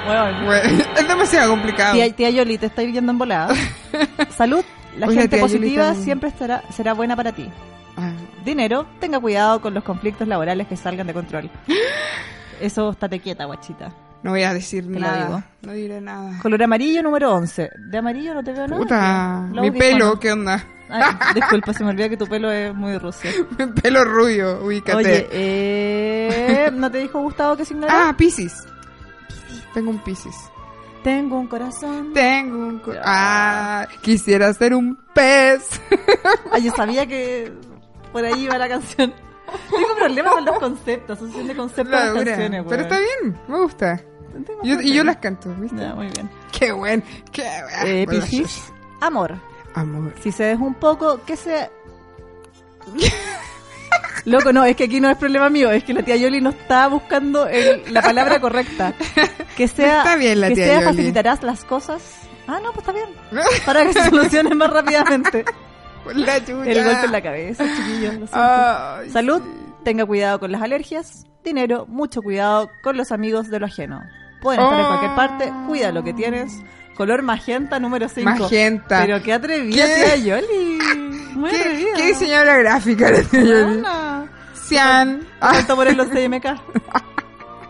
Speaker 3: Weón.
Speaker 2: Bueno, es demasiado complicado.
Speaker 3: Tía, tía Yoli, te estoy viendo en volada. Salud, la
Speaker 2: Oye,
Speaker 3: gente
Speaker 2: tía Yoli
Speaker 3: positiva
Speaker 2: también.
Speaker 3: siempre estará, será buena para ti.
Speaker 2: Ah,
Speaker 3: Dinero, tenga cuidado con los conflictos laborales que salgan de control. Eso estate quieta, guachita.
Speaker 2: no voy a decir
Speaker 3: lo
Speaker 2: nada.
Speaker 3: digo.
Speaker 2: No diré nada.
Speaker 3: Color amarillo número 11. De amarillo no te veo nada.
Speaker 2: Puta,
Speaker 3: tía. Los
Speaker 2: mi pelo,
Speaker 3: audífonos.
Speaker 2: ¿qué onda?
Speaker 3: Ay, Ah, disculpa, se me olvida que tu pelo es muy ruso.
Speaker 2: Mi pelo rubio, ubícate.
Speaker 3: Oye, eh, ¿no te dijo Gustavo que signo era?
Speaker 2: Ah, Pisces. Tengo un Pisces. Ah.
Speaker 3: Tengo un corazón.
Speaker 2: Tengo un... cu- Ah, quisiera ser un pez.
Speaker 3: Ay, Ah, yo sabía que por ahí iba la canción. Tengo problemas con los conceptos, asociación de conceptos
Speaker 2: La
Speaker 3: a las
Speaker 2: dura.
Speaker 3: canciones.
Speaker 2: Pero está bien, me gusta.
Speaker 3: bien.
Speaker 2: Yo- y yo las canto, ¿viste?
Speaker 3: Ya, muy bien.
Speaker 2: Qué buen, qué ah, buen.
Speaker 3: Eh,
Speaker 2: Bueno,
Speaker 3: Piscis, amor.
Speaker 2: Amor.
Speaker 3: Si cedes un poco, que se... Loco, no, es que aquí no es problema mío, es que la tía Yoli no está buscando el- la palabra correcta. Que sea,
Speaker 2: Está bien la
Speaker 3: que
Speaker 2: tía
Speaker 3: sea
Speaker 2: Yoli.
Speaker 3: facilitarás las cosas. Ah, no, pues está bien. Para que se solucionen más rápidamente.
Speaker 2: La chucha.
Speaker 3: El golpe en la cabeza, chiquillos. lo siento.
Speaker 2: Ay,
Speaker 3: Salud,
Speaker 2: sí.
Speaker 3: tenga cuidado con las alergias. Dinero, mucho cuidado con los amigos de lo ajeno. Pueden estar en
Speaker 2: Oh.
Speaker 3: cualquier parte, cuida lo que tienes. Color magenta número 5.
Speaker 2: Magenta.
Speaker 3: Pero qué atrevida,
Speaker 2: ¿Qué?
Speaker 3: tía Yoli. Muy
Speaker 2: ¿Qué,
Speaker 3: atrevida.
Speaker 2: qué diseñadora gráfica eres, Yoli?
Speaker 3: Buena.
Speaker 2: Cian, Ah,
Speaker 3: Tanto por el 11 MK.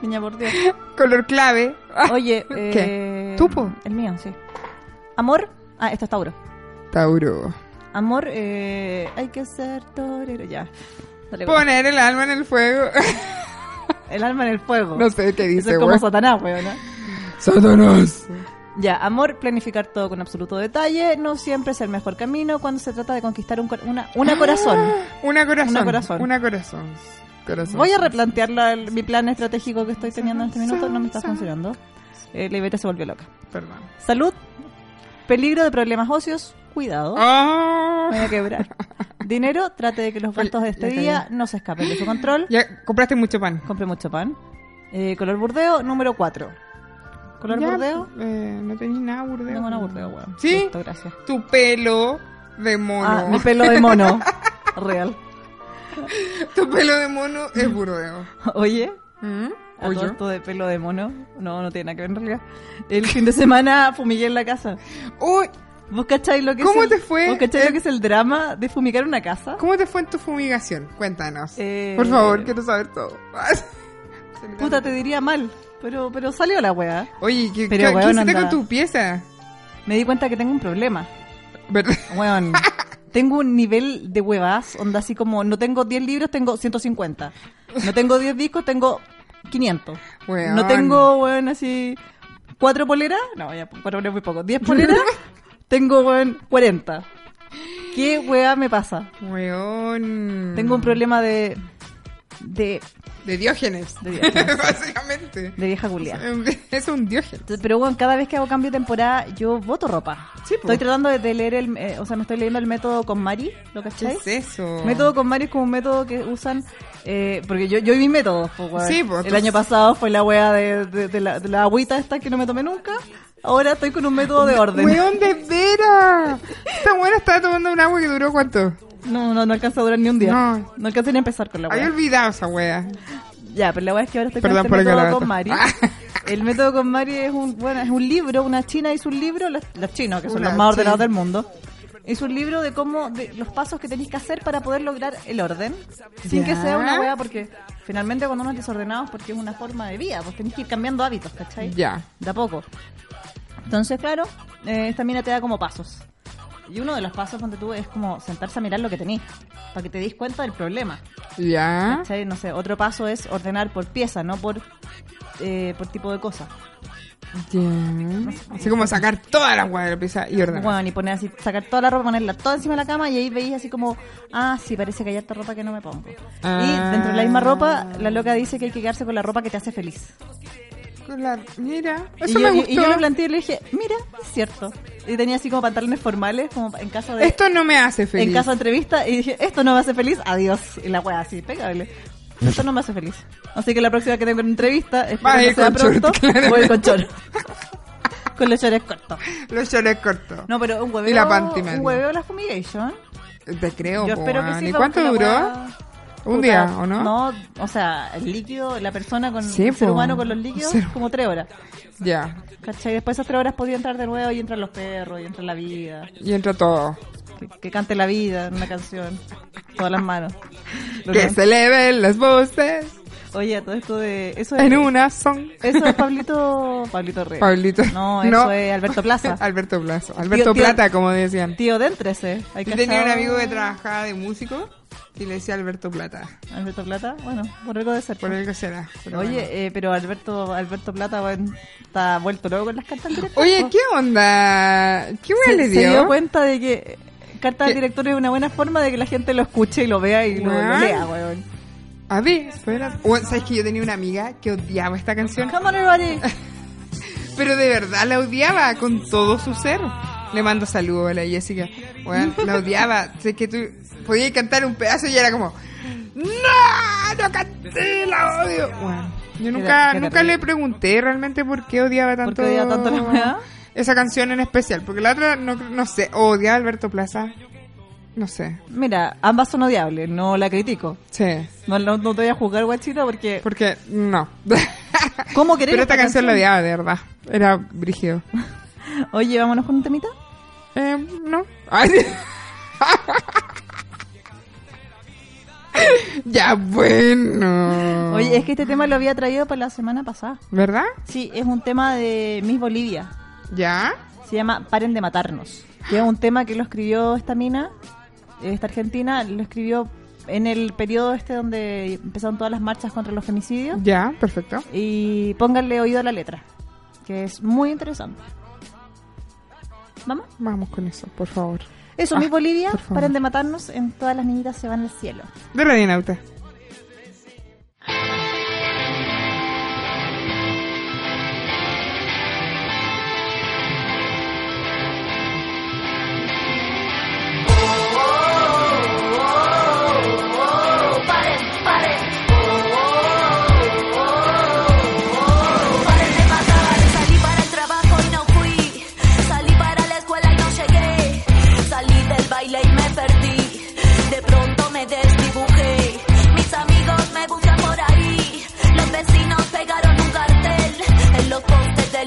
Speaker 3: Niña, por Dios.
Speaker 2: color clave. Ah,
Speaker 3: Oye,
Speaker 2: ¿Qué?
Speaker 3: eh,
Speaker 2: ¿Tú, po?
Speaker 3: El mío, sí. Amor. Ah, esto es Tauro.
Speaker 2: Tauro.
Speaker 3: Amor, eh, hay que ser torero. Ya. Dale, weón.
Speaker 2: Poner el alma en el fuego.
Speaker 3: El alma en el fuego.
Speaker 2: no sé qué
Speaker 3: Eso
Speaker 2: dice,
Speaker 3: es como
Speaker 2: güey.
Speaker 3: Satanás, weón. ¿no?
Speaker 2: Satanás.
Speaker 3: Ya, amor, planificar todo con absoluto detalle. No siempre es el mejor camino cuando se trata de conquistar un, cor- una,
Speaker 2: Ah.
Speaker 3: una corazón.
Speaker 2: Una corazón.
Speaker 3: Una corazón.
Speaker 2: Una corazón. Corazón.
Speaker 3: Voy a replantear la- el- mi plan estratégico que estoy teniendo en este minuto. No me está funcionando. Eh, la Iveta se volvió loca.
Speaker 2: Perdón.
Speaker 3: Salud. Peligro de problemas óseos. Cuidado.
Speaker 2: Oh.
Speaker 3: Me voy a quebrar. Dinero. Trate de que los gastos de este
Speaker 2: la
Speaker 3: día
Speaker 2: cagué.
Speaker 3: no se escapen de su control.
Speaker 2: Ya compraste mucho pan.
Speaker 3: Compre mucho pan. Eh, color burdeo, número 4. Color
Speaker 2: Ya,
Speaker 3: burdeo.
Speaker 2: eh, no tenés nada burdeo.
Speaker 3: Tengo una burdeo, weón.
Speaker 2: ¿Sí?
Speaker 3: Listo, gracias.
Speaker 2: Tu pelo de mono.
Speaker 3: Ah, mi pelo de mono. Real.
Speaker 2: tu pelo de mono es burdeo.
Speaker 3: Oye,
Speaker 2: ¿Mm?
Speaker 3: a
Speaker 2: ¿O
Speaker 3: todo
Speaker 2: yo?
Speaker 3: esto de pelo de mono. No, no tiene nada que ver en realidad. El fin de semana fumigué en la casa.
Speaker 2: Uy,
Speaker 3: ¿Vos cacháis lo que
Speaker 2: ¿Cómo
Speaker 3: es el,
Speaker 2: te fue?
Speaker 3: ¿Vos cacháis
Speaker 2: Eh,
Speaker 3: lo que es el drama de fumigar una casa?
Speaker 2: ¿Cómo te fue en tu fumigación? Cuéntanos.
Speaker 3: Eh,
Speaker 2: Por favor, quiero saber todo.
Speaker 3: Puta, te diría mal. Pero, pero salió la weá.
Speaker 2: Oye, ¿qué, qué-
Speaker 3: Pero,
Speaker 2: qué
Speaker 3: weón,
Speaker 2: hiciste
Speaker 3: anda.
Speaker 2: con tu pieza?
Speaker 3: Me di cuenta que tengo un problema.
Speaker 2: ¿Verdad?
Speaker 3: Weón. Tengo un nivel de huevas, onda así como, no tengo 10 libros, tengo 150. No tengo 10 discos, tengo 500.
Speaker 2: Weón.
Speaker 3: No tengo, weón, así, cuatro poleras, no, ya, cuatro poleras muy poco, 10 poleras, tengo, weón, 40. ¿Qué hueva me pasa?
Speaker 2: Weón.
Speaker 3: Tengo un problema de, de,
Speaker 2: De diógenes.
Speaker 3: De Diógenes.
Speaker 2: Básicamente.
Speaker 3: de vieja culia.
Speaker 2: Es un diógenes.
Speaker 3: Pero bueno, cada vez que hago cambio de temporada, yo voto ropa.
Speaker 2: Sí, po.
Speaker 3: estoy tratando de, de leer el, eh, o sea, me estoy leyendo el método con Mari, ¿lo
Speaker 2: ¿Qué
Speaker 3: cacháis?
Speaker 2: es eso?
Speaker 3: Método con Mario es como un método que usan. eh, porque yo, yo vi métodos, po, weón.
Speaker 2: Sí, po,
Speaker 3: El
Speaker 2: entonces-
Speaker 3: año pasado fue la wea de, de- de la, de la agüita esta que no me tomé nunca. Ahora estoy con un método de orden.
Speaker 2: Weón de veras. Esta buena estaba tomando un agua que duró cuánto.
Speaker 3: No, no, no alcanza a durar ni un día.
Speaker 2: No.
Speaker 3: No, alcanza ni a empezar con la
Speaker 2: Había
Speaker 3: wea.
Speaker 2: olvidado esa wea.
Speaker 3: Ya, pero la wea es que ahora estoy
Speaker 2: Perdón
Speaker 3: con
Speaker 2: por el
Speaker 3: este método
Speaker 2: garabato.
Speaker 3: con Mari. El método con Mari es un, bueno, es un libro, una china hizo un libro, los, los chinos, que son
Speaker 2: Una
Speaker 3: los más ordenados
Speaker 2: china.
Speaker 3: del mundo. Hizo un libro de cómo, de los pasos que tenéis que hacer para poder lograr el orden,
Speaker 2: Ya.
Speaker 3: sin que sea una wea, porque finalmente cuando uno es desordenado es porque es una forma de vida, pues tenéis que ir cambiando hábitos, ¿cachai?
Speaker 2: Ya.
Speaker 3: De a poco. Entonces, claro, eh, esta mina te da como pasos. Y uno de los pasos donde tú es como sentarse a mirar lo que tenéis, para que te des cuenta del problema.
Speaker 2: Ya.
Speaker 3: ¿Cachai? No sé, otro paso es ordenar por pieza, no por, eh, por tipo de cosa.
Speaker 2: Ya. Así como sacar todas las weas de la pieza y ordenar.
Speaker 3: Bueno, y poner así, sacar toda la ropa, ponerla toda encima de la cama y ahí veis así como, ah, sí, parece que hay harta ropa que no me pongo.
Speaker 2: Ah.
Speaker 3: Y dentro de la misma ropa, la loca dice que hay que quedarse con la ropa que te hace feliz.
Speaker 2: Con la- Mira.
Speaker 3: Y
Speaker 2: Eso
Speaker 3: yo,
Speaker 2: me
Speaker 3: y-
Speaker 2: gustó.
Speaker 3: y yo lo planteé y le dije, mira, es cierto. Y tenía así como pantalones formales, como en caso de...
Speaker 2: Esto no me hace feliz.
Speaker 3: En caso de entrevista y dije, esto no me hace feliz, adiós. Y la wea así, pegable. Esto no me hace feliz. Así que la próxima que tengo una entrevista, espero
Speaker 2: Va a
Speaker 3: que
Speaker 2: ir
Speaker 3: sea
Speaker 2: con short,
Speaker 3: pronto,
Speaker 2: claramente.
Speaker 3: voy con choro. con los chores cortos.
Speaker 2: Los chores cortos.
Speaker 3: No, pero un hueveo,
Speaker 2: Y la panty, man.
Speaker 3: un hueveo la fumigation.
Speaker 2: Te creo,
Speaker 3: Yo
Speaker 2: po,
Speaker 3: espero que
Speaker 2: weón.
Speaker 3: sí.
Speaker 2: ¿Y cuánto duró? Un día, ¿o no?
Speaker 3: No, o sea, el líquido, la persona con
Speaker 2: Sí,
Speaker 3: el ser
Speaker 2: po.
Speaker 3: humano con los líquidos,
Speaker 2: Sí.
Speaker 3: como tres horas.
Speaker 2: Ya.
Speaker 3: ¿Cachai? Después de esas tres horas podía entrar de nuevo y entran los perros y entra la vida.
Speaker 2: Y entra todo.
Speaker 3: Que, que cante la vida en una canción. Todas las manos.
Speaker 2: Que se eleven las voces
Speaker 3: Oye, todo esto de. Eso es,
Speaker 2: en una son.
Speaker 3: Eso es Pablito. Pablito Rey.
Speaker 2: Pablito.
Speaker 3: No, eso es Alberto Plaza.
Speaker 2: Alberto Plaza. Alberto
Speaker 3: tío-
Speaker 2: Plata, como decían.
Speaker 3: Tío, déntrese. Hay
Speaker 2: Yo tenía un
Speaker 3: cachado-
Speaker 2: amigo que trabajaba de músico y le decía Alberto Plata.
Speaker 3: Alberto Plata, bueno, por algo de ser.
Speaker 2: Por el que será. pero
Speaker 3: Oye,
Speaker 2: bueno.
Speaker 3: eh, pero Alberto Alberto Plata bueno, está vuelto luego con las cartas del director.
Speaker 2: Oye, ¿qué onda? ¿Qué
Speaker 3: oh. se,
Speaker 2: hueá le
Speaker 3: se dio
Speaker 2: dio?
Speaker 3: cuenta de que eh, cartas
Speaker 2: ¿Qué?
Speaker 3: del director es una buena forma de que la gente lo escuche y lo vea y lo, lo
Speaker 2: Weón.
Speaker 3: lea, weón.
Speaker 2: A ver, espera. Bueno, ¿Sabes que yo tenía una amiga que odiaba esta canción?
Speaker 3: Come on, everybody.
Speaker 2: Pero de verdad la odiaba con todo su ser. Le mando saludos a la Jessica. Bueno, la odiaba. Sé que tú podías cantar un pedazo y era como, ¡No! ¡No canté! ¡La odio! Bueno, yo nunca,
Speaker 3: qué
Speaker 2: nunca
Speaker 3: terrible.
Speaker 2: le pregunté realmente por qué odiaba tanto,
Speaker 3: qué odiaba tanto la weá?
Speaker 2: esa canción en especial. Porque la otra, no, no sé, o odiaba a Alberto Plaza. No sé.
Speaker 3: Mira, ambas son odiables, no la critico.
Speaker 2: Sí.
Speaker 3: No, no, no te voy a juzgar, guachita, porque.
Speaker 2: Porque no.
Speaker 3: ¿Cómo querés
Speaker 2: Pero esta
Speaker 3: esta
Speaker 2: canción la
Speaker 3: canción?
Speaker 2: odiaba, de verdad. Era brígido.
Speaker 3: Oye, vámonos con un temita.
Speaker 2: Eh, no. Ay, Ya, bueno.
Speaker 3: Oye, es que este tema lo había traído para la semana pasada.
Speaker 2: ¿Verdad?
Speaker 3: Sí, es un tema de Miss Bolivia.
Speaker 2: ¿Ya?
Speaker 3: Se llama Paren de Matarnos. Que es un tema que lo escribió esta mina, esta argentina, lo escribió en el periodo este donde empezaron todas las marchas contra los femicidios.
Speaker 2: Ya, perfecto.
Speaker 3: Y pónganle oído a la letra, que es muy interesante. ¿Vamos?
Speaker 2: Vamos con eso, por favor.
Speaker 3: Eso,
Speaker 2: Ah,
Speaker 3: Miss Bolivia,
Speaker 2: por favor.
Speaker 3: paren de matarnos, en todas las niñitas se van al cielo.
Speaker 2: De Radionauta.
Speaker 7: Paren de matar, salí para el trabajo y no fui, salí para la escuela y no llegué, salí del baile y me perdí, de pronto me desdibujé, mis amigos me buscan por ahí, los vecinos pegaron un cartel, en los postes de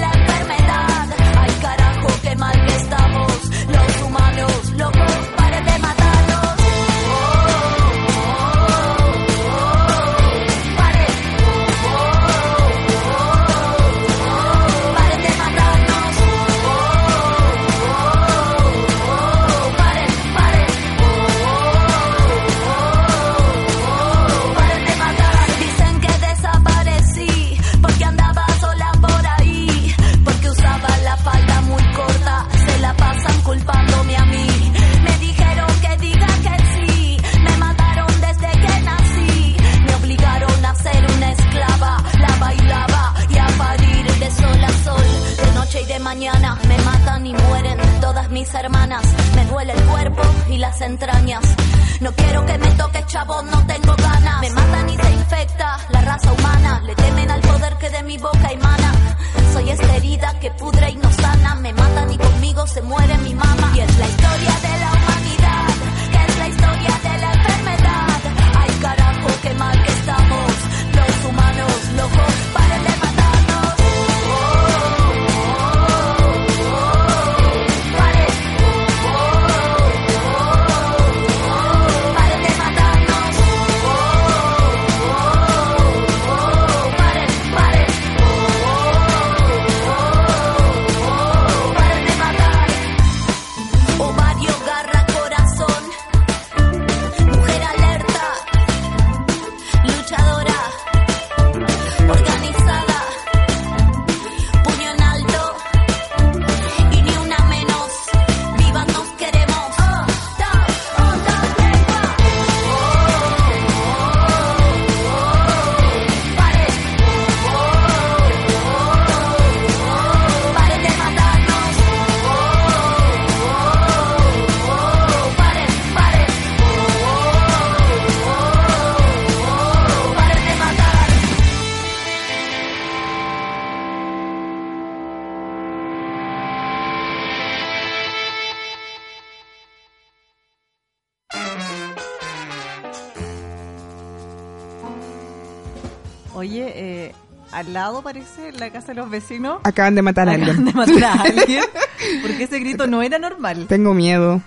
Speaker 7: la enfermedad, ay carajo qué mal que estamos, los humanos locos, paren de matarnos. Paren. Paren de matarnos. Paren, paren. Paren de matar. Dicen que desaparecí porque andaba sola por ahí, porque usaba la falda muy corta. Se la pasan culpándome a mí. Me dijeron que diga que sí. Me mataron desde que nací. Me obligaron a ser una esclava. La bailaba y a parir de sol a sol. De noche y de mañana me matan y mueren todas mis hermanas. Me duele el cuerpo y las entrañas. No quiero que me toque chabón, no tengo ganas. Me matan y se infecta la raza humana. Le temen al poder que de mi boca emana. Soy esta herida que pudre y no sana. Me matan y conmigo se muere mi mamá. Y es la historia de la humanidad, que es la historia de la enfermedad. Ay carajo, qué mal que estamos. Los humanos locos, Oh, paren de matarnos. oh, Paren. Paren de matarnos. Paren, paren. Paren de matar. Ovario, garra, corazón. Mujer alerta. Luchadora. Organizada. Puño en alto. Y ni una menos, vivas nos queremos. Oh, da, oh, da, venga. Oh, oh, Paren. Paren de matarnos. Paren, paren. Paren de matar.
Speaker 3: Oye, eh, al lado parece la casa de los vecinos.
Speaker 2: Acaban de matar a
Speaker 3: Acaban
Speaker 2: alguien.
Speaker 3: de matar a alguien. Porque ese grito no era normal.
Speaker 2: Tengo miedo.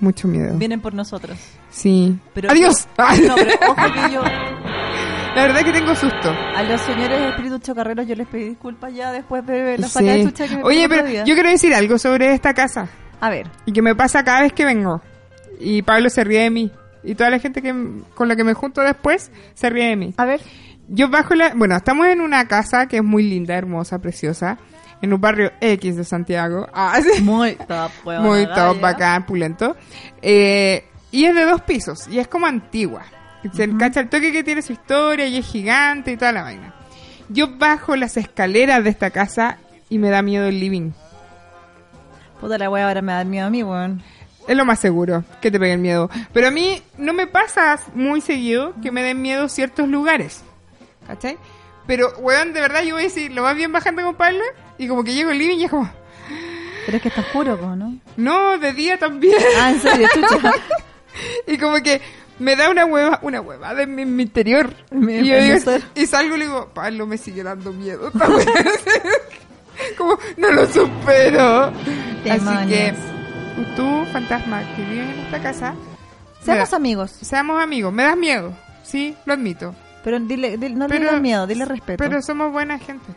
Speaker 2: Mucho miedo.
Speaker 3: Vienen por nosotros.
Speaker 2: Sí.
Speaker 3: Pero
Speaker 2: ¡Adiós! Ah,
Speaker 3: No, pero ojo que yo
Speaker 2: La verdad es que tengo susto.
Speaker 3: a los señores espíritus chocarreros yo les pedí disculpas ya después de la saca de
Speaker 2: Sí.
Speaker 3: chucha que me
Speaker 2: Oye,
Speaker 3: pegó
Speaker 2: pero
Speaker 3: otro día.
Speaker 2: yo quiero decir algo sobre esta casa.
Speaker 3: A ver,
Speaker 2: Y que me pasa cada vez que vengo. Y Pablo se ríe de mí. Y toda la gente que con la que me junto después se ríe de mí.
Speaker 3: a ver.
Speaker 2: Yo bajo la... Bueno, estamos en una casa que es muy linda, hermosa, preciosa. En un barrio X de Santiago. Ah, sí.
Speaker 3: Muy top, weón,
Speaker 2: Muy
Speaker 3: la
Speaker 2: top,
Speaker 3: galla.
Speaker 2: bacán, pulento. Eh, y es de dos pisos, y es como antigua. Se cacha el toque que tiene su historia, y es gigante y toda la vaina. Yo bajo las escaleras de esta casa y me da miedo el living.
Speaker 3: Puta la wea ahora me da miedo a mí, weón.
Speaker 2: Es lo más seguro, que te pegue el miedo. Pero a mí no me pasa muy seguido que me den miedo ciertos lugares. ¿Cachai? Pero, weón, de verdad, yo voy así, lo más bien bajando con palma y como que llego al living y es como,
Speaker 3: Pero es que está oscuro, po, ¿no?
Speaker 2: no, de día también.
Speaker 3: Ah, en serio, chucha.
Speaker 2: y como que me da una hueva, una hueva de mi, mi interior.
Speaker 3: Me-
Speaker 2: y yo
Speaker 3: me
Speaker 2: digo,
Speaker 3: ser.
Speaker 2: y salgo y le digo, Pablo, me sigue dando miedo. esta wea". como, no lo supero. Así
Speaker 3: Demonios.
Speaker 2: que, tú, fantasma, que vives en esta casa,
Speaker 3: Seamos
Speaker 2: Mira.
Speaker 3: amigos,
Speaker 2: seamos amigos. Me das miedo, sí, lo admito.
Speaker 3: pero dile, dile- no
Speaker 2: Pero-
Speaker 3: le des miedo, dile respeto.
Speaker 2: Pero somos buena gente.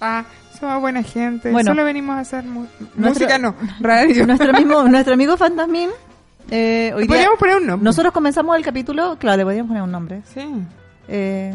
Speaker 2: Ah, somos buena gente.
Speaker 3: Bueno.
Speaker 2: Solo venimos a hacer mu-
Speaker 3: Nuestro-
Speaker 2: música, no, radio.
Speaker 3: nuestro, mismo, nuestro amigo Fantasmín, eh, hoy día-
Speaker 2: Podríamos poner un nombre.
Speaker 3: nosotros comenzamos el capítulo, claro, le podríamos poner un nombre.
Speaker 2: Sí.
Speaker 3: Eh,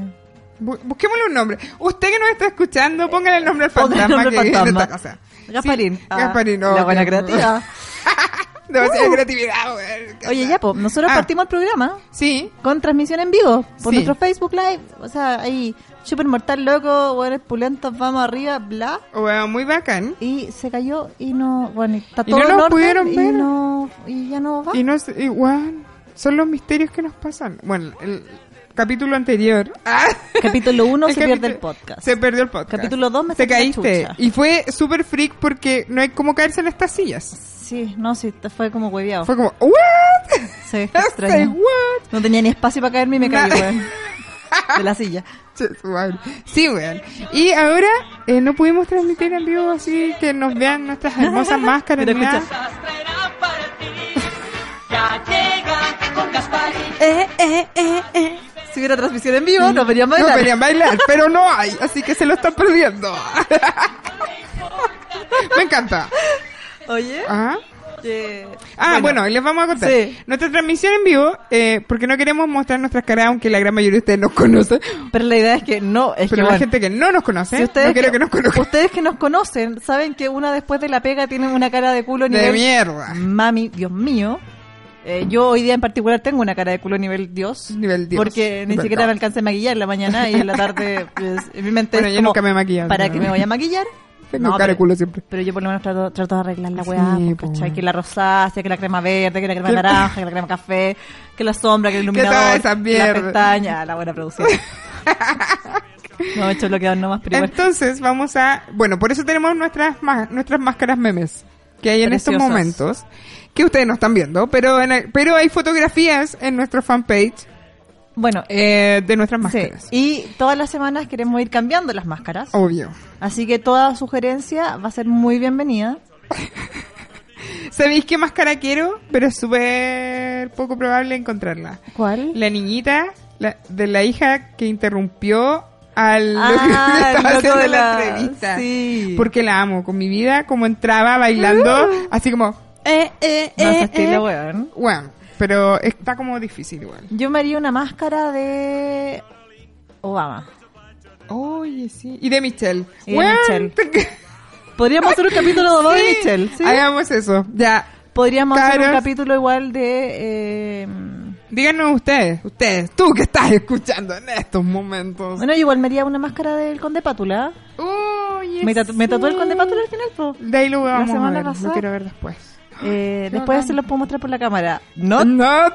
Speaker 2: Bu- Busquémosle un nombre. Usted que nos está escuchando, póngale el nombre al
Speaker 3: Póngale
Speaker 2: fantasma
Speaker 3: el nombre
Speaker 2: que
Speaker 3: al
Speaker 2: vive en
Speaker 3: fantasma.
Speaker 2: esta casa.
Speaker 3: Gasparín. Ah,
Speaker 2: Sí, Gasparín,
Speaker 3: La
Speaker 2: obvio.
Speaker 3: buena creativa. Uh.
Speaker 2: Demasiada creatividad, güey.
Speaker 3: Oye, ya, po, nosotros
Speaker 2: Ah.
Speaker 3: partimos el programa
Speaker 2: Sí,
Speaker 3: con transmisión en vivo por
Speaker 2: Sí.
Speaker 3: nuestro Facebook Live. O sea, ahí, Super Mortal Loco, Buenos Pulentos, vamos arriba, bla.
Speaker 2: bueno, muy bacán.
Speaker 3: Y se cayó y no. Bueno, y está
Speaker 2: Y
Speaker 3: todo
Speaker 2: no
Speaker 3: en
Speaker 2: nos
Speaker 3: orden
Speaker 2: pudieron
Speaker 3: y
Speaker 2: ver.
Speaker 3: no- y ya no va.
Speaker 2: Y no sé, y, weón, son los misterios que nos pasan. Bueno, el capítulo anterior. Ah.
Speaker 3: Capítulo 1 se
Speaker 2: El
Speaker 3: pierde el
Speaker 2: capítulo-
Speaker 3: podcast.
Speaker 2: Se perdió el podcast.
Speaker 3: Capítulo dos me
Speaker 2: Te
Speaker 3: saqué la
Speaker 2: caíste.
Speaker 3: chucha.
Speaker 2: Y fue súper freak porque no hay como caerse en estas sillas.
Speaker 3: Sí, no, sí, te fue como hueveado.
Speaker 2: Fue como, ¿what?
Speaker 3: Sí, fue
Speaker 2: Say
Speaker 3: extraño.
Speaker 2: what?
Speaker 3: No tenía ni espacio para caerme y me
Speaker 2: Na-
Speaker 3: caí, weón. De la silla.
Speaker 2: Che, su madre. Sí, weón. Y ahora eh, no pudimos transmitir en vivo así que nos vean nuestras hermosas máscaras.
Speaker 3: Pero
Speaker 2: ni nada.
Speaker 3: Eh, eh, eh, eh. Si hubiera transmisión en vivo, nos veríamos
Speaker 2: No
Speaker 3: bailar.
Speaker 2: querían bailar, pero no hay, así que se lo están perdiendo. Me encanta.
Speaker 3: Oye.
Speaker 2: Ajá.
Speaker 3: eh,
Speaker 2: Ah, bueno, y les vamos a contar.
Speaker 3: Sí.
Speaker 2: Nuestra transmisión en vivo, eh, porque no queremos mostrar nuestras caras, aunque la gran mayoría de ustedes nos conoce,
Speaker 3: Pero la idea es que no,
Speaker 2: pero
Speaker 3: es que
Speaker 2: la
Speaker 3: bueno,
Speaker 2: gente que no nos conoce,
Speaker 3: si ustedes,
Speaker 2: no quiero que nos conozcan.
Speaker 3: ustedes que nos conocen saben que una después de la pega tiene una cara de culo nivel
Speaker 2: De mierda.
Speaker 3: Mm. mami, Dios mío. Eh, yo hoy día en particular tengo una cara de culo nivel Dios.
Speaker 2: Nivel Dios.
Speaker 3: Porque ni
Speaker 2: Nivel
Speaker 3: siquiera
Speaker 2: God.
Speaker 3: me alcancé a maquillar en la mañana y en la tarde, pues, en mi mente
Speaker 2: Bueno,
Speaker 3: es
Speaker 2: yo
Speaker 3: como,
Speaker 2: nunca me he maquillado,
Speaker 3: ¿Para
Speaker 2: pero-
Speaker 3: que me voy a maquillar?
Speaker 2: Tengo
Speaker 3: No,
Speaker 2: cara de
Speaker 3: pero-
Speaker 2: culo siempre.
Speaker 3: Pero yo por lo menos trato, trato de arreglar la weá,
Speaker 2: Sí,
Speaker 3: pues,
Speaker 2: po.
Speaker 3: ¿cachai? Que la rosácea, que la crema verde, que la crema
Speaker 2: Que-
Speaker 3: naranja, que la crema café, que la sombra, que el
Speaker 2: todas
Speaker 3: iluminador,
Speaker 2: esas
Speaker 3: que la
Speaker 2: mierdas.
Speaker 3: pestaña, la buena producción. no, he hecho bloqueado nomás, pero igual.
Speaker 2: Entonces vamos a, bueno, por eso tenemos nuestras ma- nuestras máscaras memes que hay en estos
Speaker 3: Preciosas.
Speaker 2: momentos que ustedes no están viendo, pero en el- pero hay fotografías en nuestro fanpage
Speaker 3: Bueno,
Speaker 2: eh, de nuestras
Speaker 3: sí,
Speaker 2: máscaras.
Speaker 3: y todas las semanas queremos ir cambiando las máscaras.
Speaker 2: Obvio.
Speaker 3: Así que toda sugerencia va a ser muy bienvenida.
Speaker 2: ¿Sabéis qué máscara quiero? Pero es súper poco probable encontrarla.
Speaker 3: ¿Cuál?
Speaker 2: La niñita la- de la hija que interrumpió al
Speaker 3: Ah,
Speaker 2: loco que estaba
Speaker 3: el loco
Speaker 2: haciendo
Speaker 3: de
Speaker 2: la,
Speaker 3: la-
Speaker 2: entrevista.
Speaker 3: sí. Ah.
Speaker 2: Porque la amo con mi vida, como entraba bailando, así como,
Speaker 3: Eh, eh,
Speaker 2: No, ese
Speaker 3: estilo,
Speaker 2: estilo,
Speaker 3: weón.
Speaker 2: bueno, pero está como difícil igual.
Speaker 3: Yo me haría una máscara de Obama.
Speaker 2: Oye, sí. Y de Michelle.
Speaker 3: Y de
Speaker 2: Weón,
Speaker 3: Michelle.
Speaker 2: te-
Speaker 3: Podríamos hacer un capítulo de Obama
Speaker 2: Sí,
Speaker 3: y Michelle. ¿sí?
Speaker 2: Hagamos eso. Ya.
Speaker 3: Podríamos hacer un
Speaker 2: Caras.
Speaker 3: capítulo igual de... eh, bueno,
Speaker 2: Díganos ustedes, ustedes, tú que estás escuchando en estos momentos.
Speaker 3: yo igual me haría una máscara del Conde Pátula.
Speaker 2: Oye,
Speaker 3: Me, tatu- me tatué el
Speaker 2: sí.
Speaker 3: Conde Pátula al final, po.
Speaker 2: De ahí lo vamos a
Speaker 3: semana
Speaker 2: ver, lo
Speaker 3: pasada.
Speaker 2: quiero ver después.
Speaker 3: Eh,
Speaker 2: Qué
Speaker 3: después
Speaker 2: bacán.
Speaker 3: se lo puedo mostrar por la cámara. No,
Speaker 2: Not.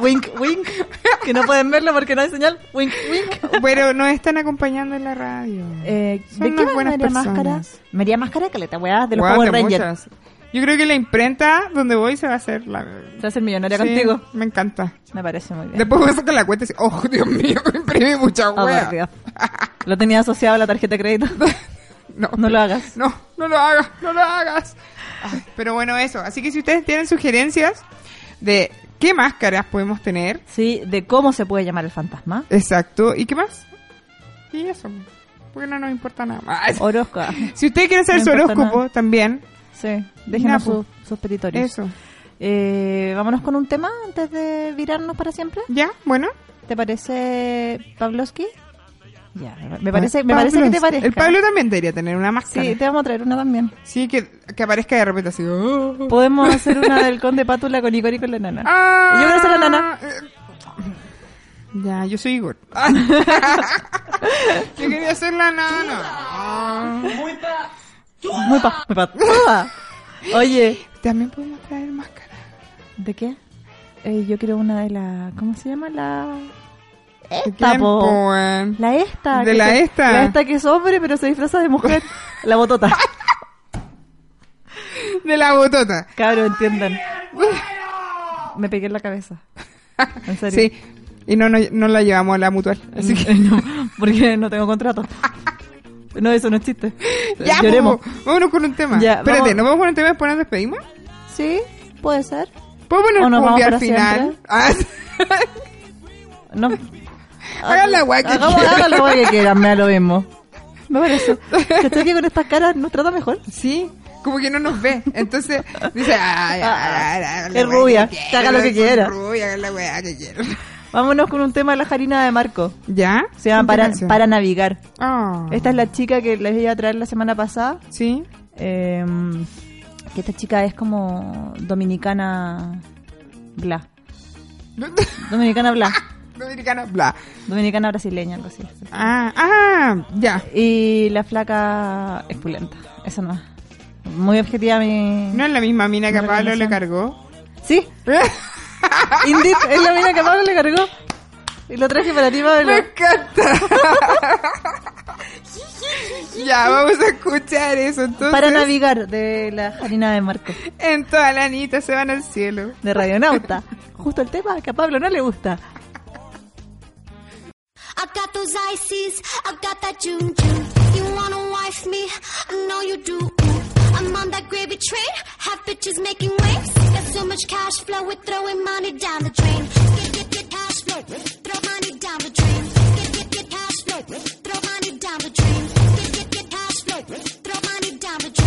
Speaker 3: wink, wink. Que no pueden verlo porque no hay señal. Wink, wink.
Speaker 2: Pero nos están acompañando en la radio.
Speaker 3: Eh,
Speaker 2: Son
Speaker 3: ¿De
Speaker 2: unas
Speaker 3: qué más me
Speaker 2: buenas
Speaker 3: haría
Speaker 2: personas.
Speaker 3: máscara? Me haría máscara de caleta, weá, de los
Speaker 2: Guau,
Speaker 3: Power
Speaker 2: de
Speaker 3: Rangers.
Speaker 2: muchas. Yo creo que la imprenta donde voy se va a hacer la...
Speaker 3: Te vas a ser millonaria
Speaker 2: Sí,
Speaker 3: contigo.
Speaker 2: Me encanta.
Speaker 3: Me parece muy bien.
Speaker 2: Después voy a sacar la cuenta y decir, oh, Dios mío, me imprimí mucha
Speaker 3: Oh,
Speaker 2: wea.
Speaker 3: por Dios. Lo tenía asociado a la tarjeta de crédito.
Speaker 2: No,
Speaker 3: No lo hagas.
Speaker 2: No, no lo hagas, no lo hagas. Ay, pero bueno, eso. Así que si ustedes tienen sugerencias de qué máscaras podemos tener,
Speaker 3: Sí, de cómo se puede llamar el fantasma.
Speaker 2: exacto, ¿y qué más? Y eso, porque no nos importa nada más.
Speaker 3: Orozco.
Speaker 2: Si ustedes quieren hacer
Speaker 3: No
Speaker 2: su
Speaker 3: importa
Speaker 2: horóscopo
Speaker 3: nada.
Speaker 2: también,
Speaker 3: Sí, déjenos
Speaker 2: Napo.
Speaker 3: sus- sus petitorios.
Speaker 2: eso.
Speaker 3: Eh, vámonos con un tema antes de virarnos para siempre.
Speaker 2: ¿Ya? Bueno.
Speaker 3: ¿Te parece Pavlovsky? Ya, me parece, me parece que
Speaker 2: Pablo-
Speaker 3: te parezca.
Speaker 2: Ah, El Pablo también debería tener una máscara.
Speaker 3: Sí,
Speaker 2: Sí,
Speaker 3: te vamos a traer una también.
Speaker 2: que, que aparezca de repente así. oh.
Speaker 3: Podemos hacer una del conde pátula con Igor y con la nana.
Speaker 2: Ah. Eh,
Speaker 3: Yo quiero ser la nana.
Speaker 2: Ya, yo soy Igor. yo quería ser la nana.
Speaker 3: Muy pa, muy pa.
Speaker 2: Ah.
Speaker 3: Oye,
Speaker 2: También podemos traer máscara.
Speaker 3: ¿de qué? Eh, yo quiero una de la... ¿Cómo se llama? La... Esta,
Speaker 2: ¿Quién,
Speaker 3: po.
Speaker 2: po, weón?
Speaker 3: La esta.
Speaker 2: De
Speaker 3: que
Speaker 2: la
Speaker 3: se-
Speaker 2: esta.
Speaker 3: La esta que es hombre, pero se disfraza de mujer. La botota.
Speaker 2: De la botota.
Speaker 3: Cabro, entiendan. Me pegué en la cabeza. En serio.
Speaker 2: Sí. Y no, no, no la llevamos a la mutual. Así que.
Speaker 3: No, porque no tengo contrato. No, eso no es chiste.
Speaker 2: Ya,
Speaker 3: Lloremos.
Speaker 2: po, vámonos con un tema.
Speaker 3: Ya,
Speaker 2: Espérate,
Speaker 3: vamos.
Speaker 2: ¿nos vamos con un tema y después nos despedimos?
Speaker 3: Sí, puede ser.
Speaker 2: ¿Puedo poner
Speaker 3: ¿O nos
Speaker 2: cumbia
Speaker 3: vamos
Speaker 2: al
Speaker 3: para
Speaker 2: final?
Speaker 3: siempre?
Speaker 2: Ah,
Speaker 3: No.
Speaker 2: Hagan la guay que
Speaker 3: Hagamos-
Speaker 2: quieran.
Speaker 3: hagan la guay que quieran, me da lo mismo. Me parece. ¿Cachai que con estas caras nos trata mejor?
Speaker 2: sí, como que no nos ve. Entonces dice, ay, ay, ay, ay,
Speaker 3: Es
Speaker 2: la weá
Speaker 3: Ah, rubia, que
Speaker 2: quiera,
Speaker 3: haga lo que
Speaker 2: es
Speaker 3: quiera.
Speaker 2: rubia, haga la weá que quiera.
Speaker 3: Vámonos con un tema de la Jarina de Marco.
Speaker 2: ¿Ya?
Speaker 3: Se
Speaker 2: ¿Con
Speaker 3: llama Este-
Speaker 2: qué
Speaker 3: Para,
Speaker 2: canción?
Speaker 3: Para Navegar.
Speaker 2: Ah,
Speaker 3: Esta es la chica que les iba a traer la semana pasada.
Speaker 2: Sí.
Speaker 3: eh, que esta chica es como dominicana bla. Dominicana bla.
Speaker 2: Dominicana, bla.
Speaker 3: Dominicana brasileña, algo así.
Speaker 2: Ah, ah, ya.
Speaker 3: Y la flaca es pulenta. Eso no. Muy objetiva mi...
Speaker 2: No es la misma mina que a
Speaker 3: Una
Speaker 2: Pablo le
Speaker 3: recomendación.
Speaker 2: cargó.
Speaker 3: Sí, Indeed, es la mina que Pablo le cargó. Y lo traje para ti, Pablo.
Speaker 2: Me encanta. ya, vamos a escuchar eso entonces.
Speaker 3: Para navegar de la Jarina de Marco,
Speaker 2: En toda la anita se van al cielo.
Speaker 3: de Radionauta. Justo el tema que a Pablo no le gusta.
Speaker 8: I got those ices, I got that June June. You wanna wife me? I know you do. Ooh. I'm on that gravy train, have bitches making waves. Got so much cash flow, we're throwing money down the drain. Get get get cash flow, throw money down the drain. Get get get cash flow, throw money down the drain. Get get get cash flow, throw money down the drain. Get get get cash flow, throw money down.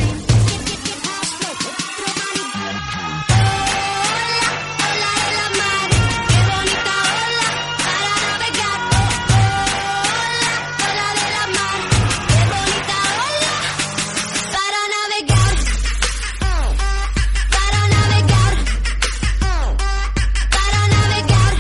Speaker 8: Hola, hola, hola, madre, qué bonita hola para navegar. Hola, hola de la mar, qué bonita ola para navegar, para navegar, para navegar.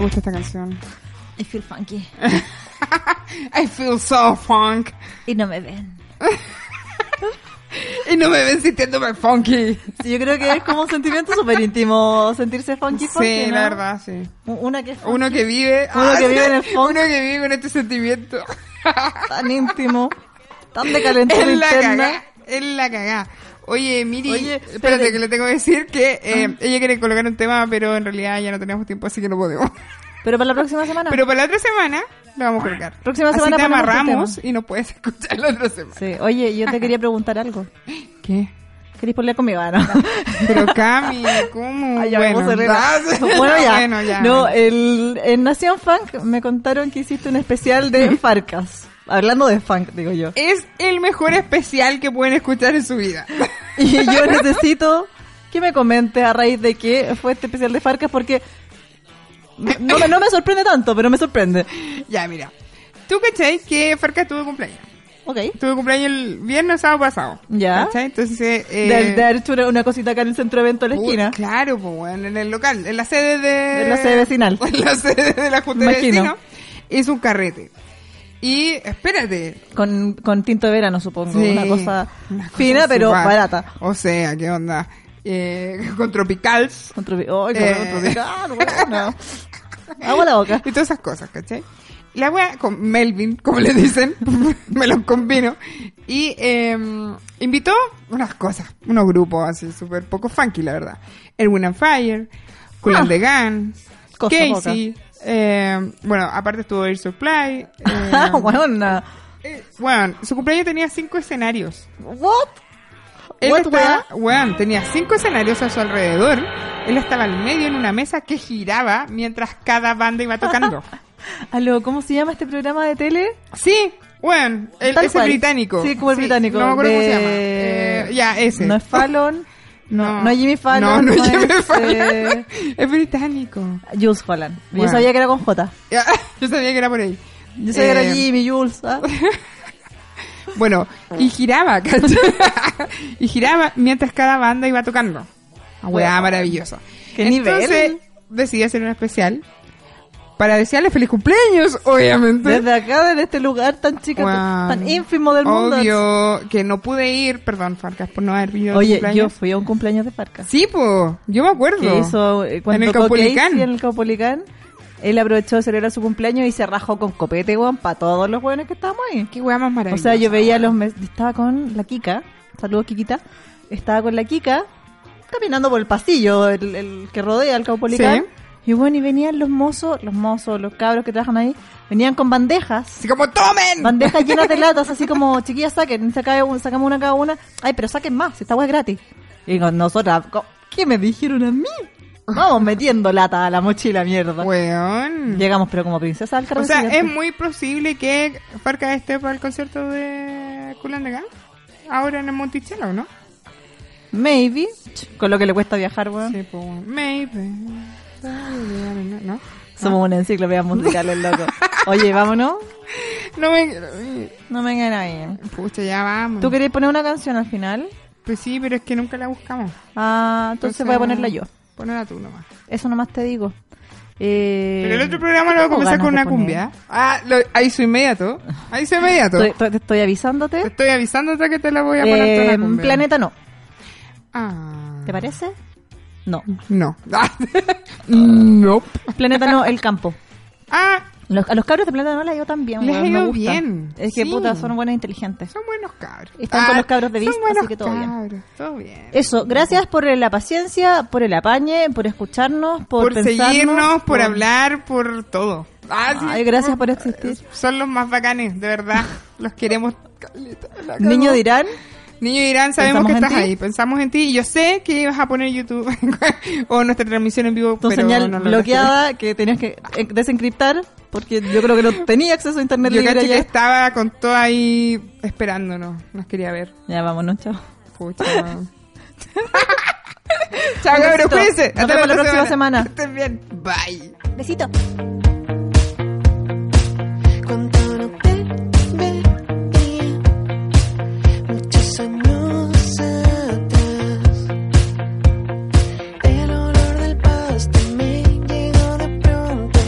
Speaker 2: gusta esta canción.
Speaker 9: I feel funky.
Speaker 2: I feel so funk.
Speaker 9: Y no me ven.
Speaker 2: Y no me ven sintiéndome funky.
Speaker 3: Sí, yo creo que es como un sentimiento súper íntimo sentirse funky funky,
Speaker 2: Sí,
Speaker 3: ¿no?
Speaker 2: la verdad, sí.
Speaker 3: U- Una que es
Speaker 2: Uno que vive. ah,
Speaker 3: Uno que vive en el funk.
Speaker 2: Uno que vive con este sentimiento.
Speaker 3: tan íntimo, tan de calentura
Speaker 2: Es la
Speaker 3: interna.
Speaker 2: cagá. Es la cagá. Oye, Miri,
Speaker 3: Oye,
Speaker 2: espérate,
Speaker 3: espérate. Ah.
Speaker 2: que le tengo que decir que eh, ella quiere colocar un tema, pero en realidad ya no tenemos tiempo, así que no podemos.
Speaker 3: Pero para la próxima semana.
Speaker 2: Pero para la otra semana la vamos a colocar.
Speaker 3: Próxima
Speaker 2: así
Speaker 3: semana
Speaker 2: te
Speaker 3: ponemos el
Speaker 2: amarramos y no puedes escuchar la otra semana.
Speaker 3: Sí, oye, yo te quería preguntar algo.
Speaker 2: ¿Qué?
Speaker 3: ¿Querés poner conmigo? Ah, no.
Speaker 2: Pero Cami, ¿cómo?
Speaker 3: Ay, ya
Speaker 2: bueno,
Speaker 3: vamos a arreglar.
Speaker 2: da-
Speaker 3: Bueno, ya.
Speaker 2: Ah, Bueno, ya.
Speaker 3: No, el, en Nación Funk me contaron que hiciste un especial de Farcas. Hablando de funk, digo yo.
Speaker 2: Es el mejor especial que pueden escuchar en su vida.
Speaker 3: Y yo necesito que me comente a raíz de qué fue este especial de Farcas porque no me, no me sorprende tanto, pero me sorprende.
Speaker 2: ya, mira. ¿Tú cacháis que Farca tuvo cumpleaños?
Speaker 3: Ok.
Speaker 2: Tuve cumpleaños el viernes sábado pasado.
Speaker 3: Ya.
Speaker 2: ¿Cachai? Entonces. Eh,
Speaker 3: De, de haber hecho una, una cosita acá en el centro de evento de la
Speaker 2: uy,
Speaker 3: esquina.
Speaker 2: Claro, pues, bueno, en el local, en la sede de.
Speaker 3: En la sede vecinal.
Speaker 2: En la sede de la Junta de
Speaker 3: Imagino.
Speaker 2: Vecinos. Hizo un carrete. Y espérate.
Speaker 3: Con, con tinto de verano, supongo.
Speaker 2: sí,
Speaker 3: una cosa
Speaker 2: una cosa
Speaker 3: fina, pero
Speaker 2: súper-
Speaker 3: barata.
Speaker 2: O sea, ¿qué onda? Eh, con Tropicals.
Speaker 3: Con tropi- ¡Ay, qué rico
Speaker 2: Eh.
Speaker 3: tropical, bueno. Agua a la boca.
Speaker 2: Y todas esas cosas, ¿cachai? La wea con Melvin, como le dicen, me los combino. Y eh, invitó unas cosas, unos grupos así súper poco funky, la verdad. El Win and Fire, Cool and the Gun,
Speaker 3: Ah. Cosa
Speaker 2: Casey. eh, bueno, aparte estuvo Air Supply. eh,
Speaker 3: Weona.
Speaker 2: eh, weón, su cumpleaños tenía cinco escenarios.
Speaker 3: What?
Speaker 2: Él
Speaker 3: What,
Speaker 2: estaba, weón, tenía cinco escenarios a su alrededor. Él estaba al medio en una mesa que giraba mientras cada banda iba tocando.
Speaker 3: Aló, ¿cómo se llama este programa de tele?
Speaker 2: Sí, bueno, el,
Speaker 3: Tal
Speaker 2: ese
Speaker 3: cual.
Speaker 2: británico.
Speaker 3: Sí, como el británico.
Speaker 2: No me acuerdo cómo se
Speaker 3: de-
Speaker 2: llama. Eh, ya, ese.
Speaker 3: No es Fallon. No,
Speaker 2: No.
Speaker 3: no es Jimmy Fallon.
Speaker 2: No, no es Jimmy
Speaker 3: eh,
Speaker 2: Fallon. Es británico.
Speaker 3: Jules Holland.
Speaker 2: Bueno.
Speaker 3: Yo sabía que era con J.
Speaker 2: Ya, Yo sabía que era por ahí.
Speaker 3: Yo sabía que
Speaker 2: Eh,
Speaker 3: era Jimmy, Jules. ¿ah?
Speaker 2: Bueno, y giraba, ¿cachai? y giraba mientras cada banda iba tocando. Una Weá maravillosa.
Speaker 3: Qué
Speaker 2: Entonces,
Speaker 3: nivel.
Speaker 2: decidí hacer un especial para desearle feliz cumpleaños, obviamente.
Speaker 3: Desde acá, desde este lugar tan chica,
Speaker 2: Weón.
Speaker 3: tan ínfimo del mundo.
Speaker 2: Obvio que no pude ir, perdón, Farcas, por no haber ido. a tu
Speaker 3: Oye,
Speaker 2: cumpleaños.
Speaker 3: yo fui a un cumpleaños de Farca.
Speaker 2: Sí, pues, yo me acuerdo.
Speaker 3: que hizo eh,
Speaker 2: En
Speaker 3: cuando
Speaker 2: el
Speaker 3: tocó
Speaker 2: Caupolicán.
Speaker 3: Casey en el Caupolicán. Él aprovechó de celebrar su cumpleaños y se rajó con copete, weón, para todos los weones que estábamos ahí.
Speaker 2: Qué weá más
Speaker 3: O
Speaker 2: maravillosa.
Speaker 3: sea, yo veía los... mes- Estaba con la Kika. Saludos, Kikita. Estaba con la Kika caminando por el pasillo, el, el que rodea al Caupolicán. Y bueno, y venían los mozos, los mozos, los cabros que trabajan ahí, venían con bandejas.
Speaker 2: Así como tomen.
Speaker 3: Bandejas llenas de latas, así como, chiquillas, saquen, saca un- sacamos una cada una. Ay, pero saquen más, esta agua es gratis. Y con nosotras, co- ¿qué me dijeron a mí? Vamos metiendo lata a la mochila, mierda.
Speaker 2: Weón.
Speaker 3: Llegamos, pero como princesa al
Speaker 2: O
Speaker 3: carro
Speaker 2: sea,
Speaker 3: siguiente.
Speaker 2: es muy posible que Farca esté para el concierto de Kulan de Gang ahora en el Monticello, ¿no?
Speaker 3: Maybe, con lo que le cuesta viajar, weón.
Speaker 2: Sí, pues, bueno. maybe. ¿No?
Speaker 3: Somos una enciclopedia musical, el loco. Oye, vámonos.
Speaker 2: No me quiero ir.
Speaker 3: No me Mm. engañes.
Speaker 2: Pucha, ya vamos.
Speaker 3: ¿Tú querés poner una canción al final?
Speaker 2: Pues sí, pero es que nunca la buscamos.
Speaker 3: Ah, entonces voy a ponerla yo.
Speaker 2: Ponela tú nomás.
Speaker 3: Eso nomás te digo. Eh,
Speaker 2: Pero el otro programa lo voy a
Speaker 3: tengo
Speaker 2: comenzar
Speaker 3: ganas
Speaker 2: con
Speaker 3: de
Speaker 2: una
Speaker 3: poner.
Speaker 2: cumbia. Ah, lo, ahí su inmediato. Ahí su inmediato.
Speaker 3: Estoy, estoy- te estoy avisándote.
Speaker 2: Te estoy avisándote que te la voy a poner tú una
Speaker 3: Eh,
Speaker 2: cumbia.
Speaker 3: planeta no.
Speaker 2: Ah.
Speaker 3: ¿Te parece? No.
Speaker 2: No. no.
Speaker 3: Planeta no, el campo.
Speaker 2: Ah,
Speaker 3: Los- a los cabros de Planeta no les ha ido tan bien.
Speaker 2: Les
Speaker 3: weón,
Speaker 2: ha
Speaker 3: me
Speaker 2: ido
Speaker 3: gusta.
Speaker 2: bien,
Speaker 3: Es que
Speaker 2: sí.
Speaker 3: puta, son buenas e inteligentes.
Speaker 2: son buenos cabros.
Speaker 3: Están
Speaker 2: Ah,
Speaker 3: con los cabros de Beast,
Speaker 2: son buenos
Speaker 3: así que todo bien. Eh,
Speaker 2: cabros, todo bien.
Speaker 3: Eso, gracias por la paciencia, por el apañe, por escucharnos, por,
Speaker 2: por
Speaker 3: pensarnos,
Speaker 2: seguirnos, por hablar, por todo. Ah, sí,
Speaker 3: Ay, gracias por existir.
Speaker 2: Son los más bacanes, de verdad. Los queremos. Caleta, la cagó.
Speaker 3: Niño dirán,
Speaker 2: Niño dirán, sabemos
Speaker 3: Pensamos
Speaker 2: que
Speaker 3: en
Speaker 2: estás
Speaker 3: ti.
Speaker 2: ahí, pensamos en ti y yo sé que ibas a poner YouTube o nuestra transmisión en vivo.
Speaker 3: tu
Speaker 2: pero
Speaker 3: señal
Speaker 2: no lo
Speaker 3: bloqueada que tenías que eh, desencriptar, porque yo creo que no tenía acceso a internet
Speaker 2: lograste. Yo
Speaker 3: libre
Speaker 2: caché que
Speaker 3: ya.
Speaker 2: estaba con todo ahí esperándonos, nos quería ver.
Speaker 3: Ya, vámonos, chao.
Speaker 2: Pucha. Chao, cabros, cuídense.
Speaker 3: Nos
Speaker 2: Hasta
Speaker 3: vemos la
Speaker 2: otra
Speaker 3: próxima semana.
Speaker 2: Que estén bien. Bye.
Speaker 9: Besito.
Speaker 4: Cuando no te veía muchos años atrás, el olor del pasto me llegó de pronto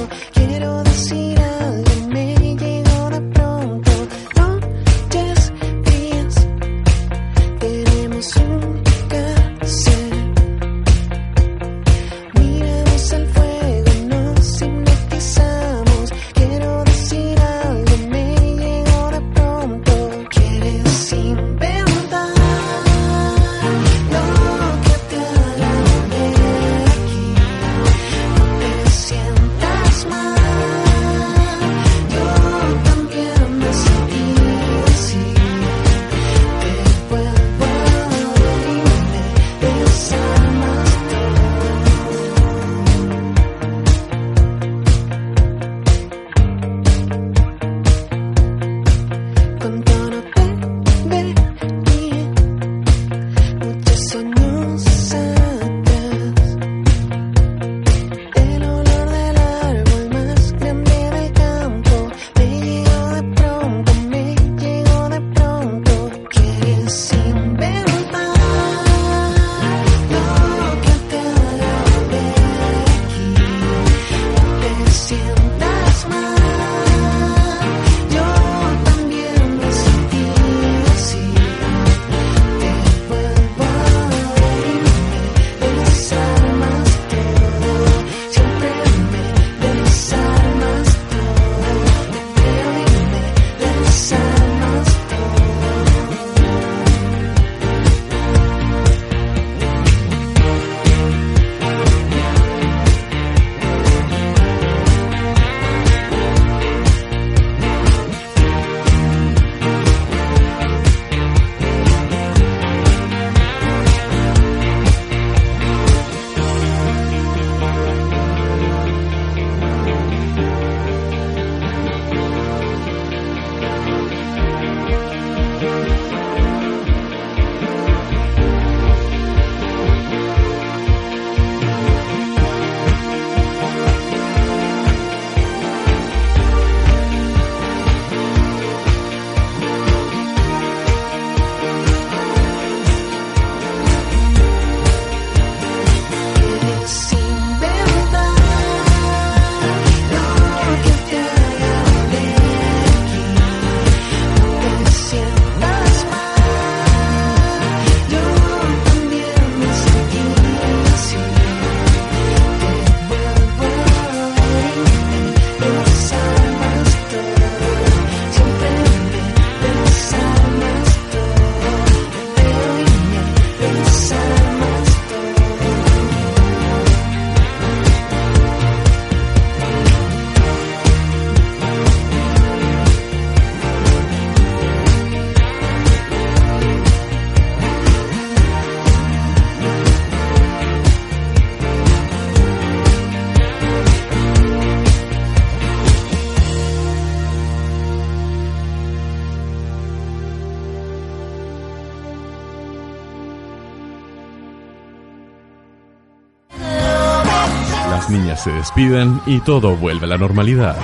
Speaker 1: las niñas se despidan y todo vuelve a la normalidad.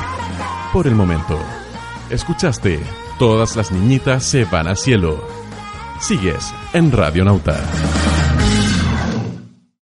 Speaker 1: Por el momento, escuchaste, todas las niñitas se van al cielo. Sigues en Radio Nauta.